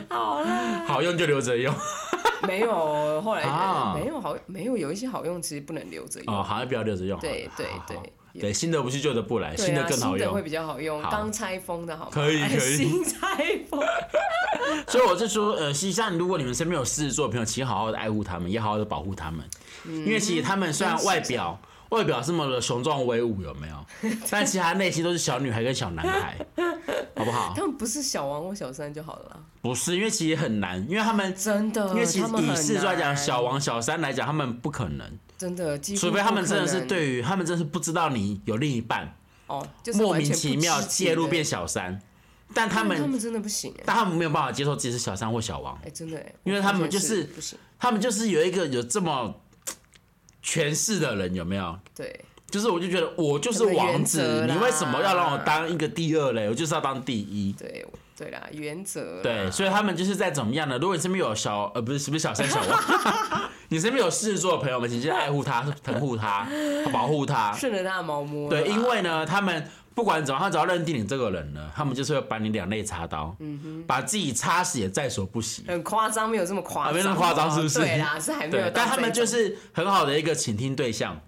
[SPEAKER 1] 好啦，
[SPEAKER 2] 好用就留着用，
[SPEAKER 1] 没有，后来
[SPEAKER 2] 啊
[SPEAKER 1] 没有好，没有有一些好用其实不能留着用，
[SPEAKER 2] 哦，好像不要留着用好了，
[SPEAKER 1] 对对
[SPEAKER 2] 好好
[SPEAKER 1] 对
[SPEAKER 2] 对，新的不去旧的不来，
[SPEAKER 1] 对啊
[SPEAKER 2] 新的更好
[SPEAKER 1] 新的
[SPEAKER 2] 用
[SPEAKER 1] 会，比较好用，
[SPEAKER 2] 好
[SPEAKER 1] 刚拆封的好吗
[SPEAKER 2] 可以
[SPEAKER 1] 哎
[SPEAKER 2] 可以
[SPEAKER 1] [laughs] 新拆封，
[SPEAKER 2] 所以我就说，呃，西山，如果你们身边有狮子座的朋友，请好好的爱护他们，也好好的保护他们，
[SPEAKER 1] 嗯
[SPEAKER 2] 因为其实他们虽然外表外表这么的雄壮威武，有没有？但其实他内心都是小女孩跟小男
[SPEAKER 1] [laughs]
[SPEAKER 2] 孩，好不好
[SPEAKER 1] 他？们不是小王或小三就好了啦，
[SPEAKER 2] 不是，因为其实很难，因为他们，
[SPEAKER 1] 真的，
[SPEAKER 2] 因为其实
[SPEAKER 1] 呃他们
[SPEAKER 2] 以
[SPEAKER 1] 很
[SPEAKER 2] 狮子座来讲，
[SPEAKER 1] 难
[SPEAKER 2] 小王、小三来讲，他们不可能，
[SPEAKER 1] 真的，几乎
[SPEAKER 2] 除非他们
[SPEAKER 1] 不可
[SPEAKER 2] 真的是
[SPEAKER 1] 能
[SPEAKER 2] 对于他们真的是不知道你有另一半，
[SPEAKER 1] 哦，就是
[SPEAKER 2] 莫
[SPEAKER 1] 完
[SPEAKER 2] 名
[SPEAKER 1] 全
[SPEAKER 2] 其
[SPEAKER 1] 不
[SPEAKER 2] 妙
[SPEAKER 1] 知情
[SPEAKER 2] 介入
[SPEAKER 1] 的
[SPEAKER 2] 变小三，但他
[SPEAKER 1] 他
[SPEAKER 2] 们
[SPEAKER 1] 们真的不行哎，
[SPEAKER 2] 但他们没有办法接受自己是小三或小王。
[SPEAKER 1] 哎真的哎，
[SPEAKER 2] 因为他们就
[SPEAKER 1] 我发现
[SPEAKER 2] 是
[SPEAKER 1] 不行，
[SPEAKER 2] 他们就是有一个有这么权势的人，有没有？
[SPEAKER 1] 对，
[SPEAKER 2] 就是我就觉得我就是王
[SPEAKER 1] 他们
[SPEAKER 2] 子
[SPEAKER 1] 的原则，啦
[SPEAKER 2] 你为什么要让我当一个第二嘞？我就是要当第一。
[SPEAKER 1] 对对啦，原则啦
[SPEAKER 2] 对，所以他们就是在怎么样呢？如果你身边有小呃不是是不是小三小王，
[SPEAKER 1] [laughs]
[SPEAKER 2] 你身边有狮子座的朋友们，请记得爱护他、疼护他、保护他。
[SPEAKER 1] 顺着他的毛摸啦。
[SPEAKER 2] 对，因为呢，他们不管怎么，样，只要认定你这个人呢，他们就是会把你两肋插刀，
[SPEAKER 1] 嗯
[SPEAKER 2] 把自己插死也在所不惜。
[SPEAKER 1] 很夸张，没有这么夸张，哦
[SPEAKER 2] 啊没那么夸张是不是
[SPEAKER 1] 对啦，是还呃没有
[SPEAKER 2] 对
[SPEAKER 1] 到，
[SPEAKER 2] 但他们
[SPEAKER 1] 这一
[SPEAKER 2] 就
[SPEAKER 1] 种
[SPEAKER 2] 是很好的一个倾听对象。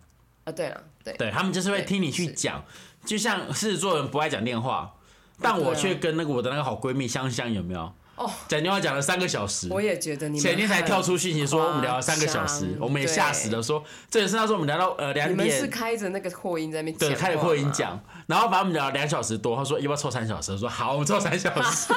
[SPEAKER 1] 啊，对了，对，
[SPEAKER 2] 对他们就是会
[SPEAKER 1] 对
[SPEAKER 2] 听你去
[SPEAKER 1] 是
[SPEAKER 2] 讲，就像狮子座人不爱讲电话，但
[SPEAKER 1] 对啊
[SPEAKER 2] 我却跟那个我的那个好闺蜜香香有没有？
[SPEAKER 1] 哦，
[SPEAKER 2] 讲电话讲了三个小时，
[SPEAKER 1] 我也觉得你们
[SPEAKER 2] 前天才
[SPEAKER 1] 很
[SPEAKER 2] 跳出讯息说我们聊了三个小
[SPEAKER 1] 夸
[SPEAKER 2] 时
[SPEAKER 1] 张，
[SPEAKER 2] 我们也吓死了，说这也是那时候我们聊到呃
[SPEAKER 1] 你
[SPEAKER 2] 两
[SPEAKER 1] 们是
[SPEAKER 2] 点，
[SPEAKER 1] 开着那个扩音在那边
[SPEAKER 2] 对，
[SPEAKER 1] 讲
[SPEAKER 2] 开始扩音
[SPEAKER 1] 话吗，
[SPEAKER 2] 讲，然后把我们聊了两小时多，他说要不要凑三小时？我说好，我们凑三小
[SPEAKER 1] [laughs]
[SPEAKER 2] 时，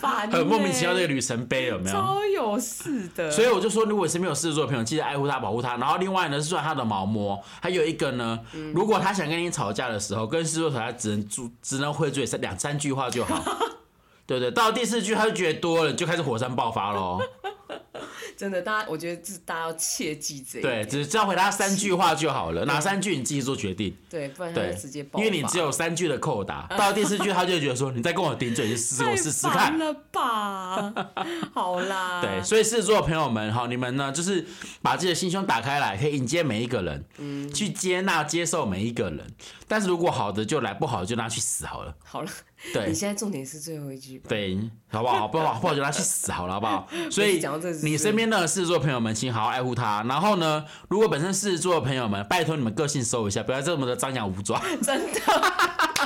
[SPEAKER 1] 烦欸
[SPEAKER 2] 很莫名其妙的一个，里程碑有没有？
[SPEAKER 1] 超有事的，
[SPEAKER 2] 所以我就说，如果身边有狮子座的朋友，记得爱护他、保护他。然后另外呢，是算他的毛摸。还有一个呢，如果他想跟你吵架的时候，跟狮子座吵架只能住，只能会嘴三两三句话就好。对对，到第四句他就觉得多了，就开始火山爆发喽。
[SPEAKER 1] 真的，大家我觉得是大家要切记这一
[SPEAKER 2] 对，
[SPEAKER 1] 点，
[SPEAKER 2] 只只要回答三句话就好了，哪三句你自己做决定。
[SPEAKER 1] 对，不然他
[SPEAKER 2] 对
[SPEAKER 1] 就直接，爆
[SPEAKER 2] 因
[SPEAKER 1] 发，
[SPEAKER 2] 为你只有三句的扣答，到第四句他就觉得说，你再跟我顶嘴，你试试我试试
[SPEAKER 1] 太
[SPEAKER 2] 看
[SPEAKER 1] 烦。了
[SPEAKER 2] [laughs]
[SPEAKER 1] 吧？好啦，
[SPEAKER 2] 对，所以狮子座的朋友们哈，你们呢就是把自己的心胸打开来，可以迎接每一个人，
[SPEAKER 1] 嗯
[SPEAKER 2] 去接纳、接受每一个人。但是如果好的就来，不好的就让他去死好了。
[SPEAKER 1] 好了，
[SPEAKER 2] 对
[SPEAKER 1] [laughs] 你现在重点是最后一句吧？
[SPEAKER 2] 对，好不
[SPEAKER 1] [laughs]
[SPEAKER 2] 好？不好，不好就让他去死好了，好不好？所
[SPEAKER 1] 每
[SPEAKER 2] 以
[SPEAKER 1] 次讲到这是
[SPEAKER 2] 你身边的狮子座朋友们，请好好爱护他。然后呢，如果本身狮子座的朋友们，拜托你们个性收一下，不要这么的张牙舞爪。 [laughs]
[SPEAKER 1] 真的， [laughs]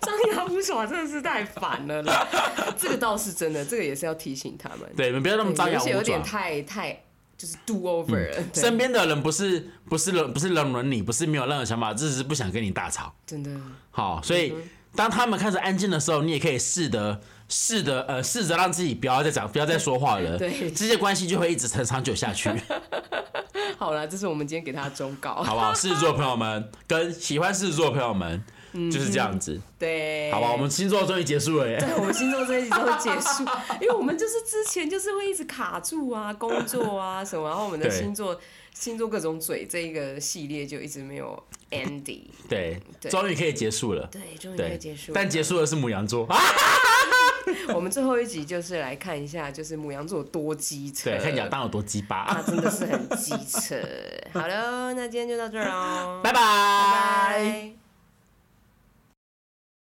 [SPEAKER 1] 张牙舞爪真的是太烦了啦。 [laughs] 这个倒是真的，这个也是要提醒他们，
[SPEAKER 2] 对，你们不要那么
[SPEAKER 1] 对，
[SPEAKER 2] 张
[SPEAKER 1] 而
[SPEAKER 2] 牙
[SPEAKER 1] 且
[SPEAKER 2] 舞
[SPEAKER 1] 有点
[SPEAKER 2] 爪。
[SPEAKER 1] 太太就是 do over 了，对
[SPEAKER 2] 嗯身边的人不是不是冷不是冷冷你，不是没有任何想法，只是不想跟你大吵。
[SPEAKER 1] 真的
[SPEAKER 2] 好，所以当他们开始安静的时候，你也可以试着试着呃试着让自己不要再讲，不要再说话了。
[SPEAKER 1] [laughs] 对
[SPEAKER 2] 这些关系就会一直长长久
[SPEAKER 1] [laughs]
[SPEAKER 2] 下去，
[SPEAKER 1] 好啦，这是我们今天给他的忠告。
[SPEAKER 2] 好不好？狮子座朋友们跟喜欢狮子座的朋友们
[SPEAKER 1] 嗯
[SPEAKER 2] 就是这样子，
[SPEAKER 1] 对，
[SPEAKER 2] 好吧？我们星座终于结束了耶。
[SPEAKER 1] 对，我们星座这一集都会结
[SPEAKER 2] [laughs]
[SPEAKER 1] 束，因为我们就是之前就是会一直卡住啊，工作啊什么，然后我们的
[SPEAKER 2] 对
[SPEAKER 1] 星座星座各种嘴这一个系列就一直没有 ending。
[SPEAKER 2] [laughs] 对，
[SPEAKER 1] 对
[SPEAKER 2] 终于可以结束了。
[SPEAKER 1] 对，终于
[SPEAKER 2] 对，
[SPEAKER 1] 会结束了。
[SPEAKER 2] 但结束的是母羊
[SPEAKER 1] [laughs]
[SPEAKER 2] 座啊，
[SPEAKER 1] 我们最后一集就是来看一下，就是母羊座有多机车，
[SPEAKER 2] 对，看亚当有多鸡巴
[SPEAKER 1] 他。真的是很机车。好了，那今天就到这儿喽，
[SPEAKER 2] [laughs] 拜
[SPEAKER 1] 拜。拜。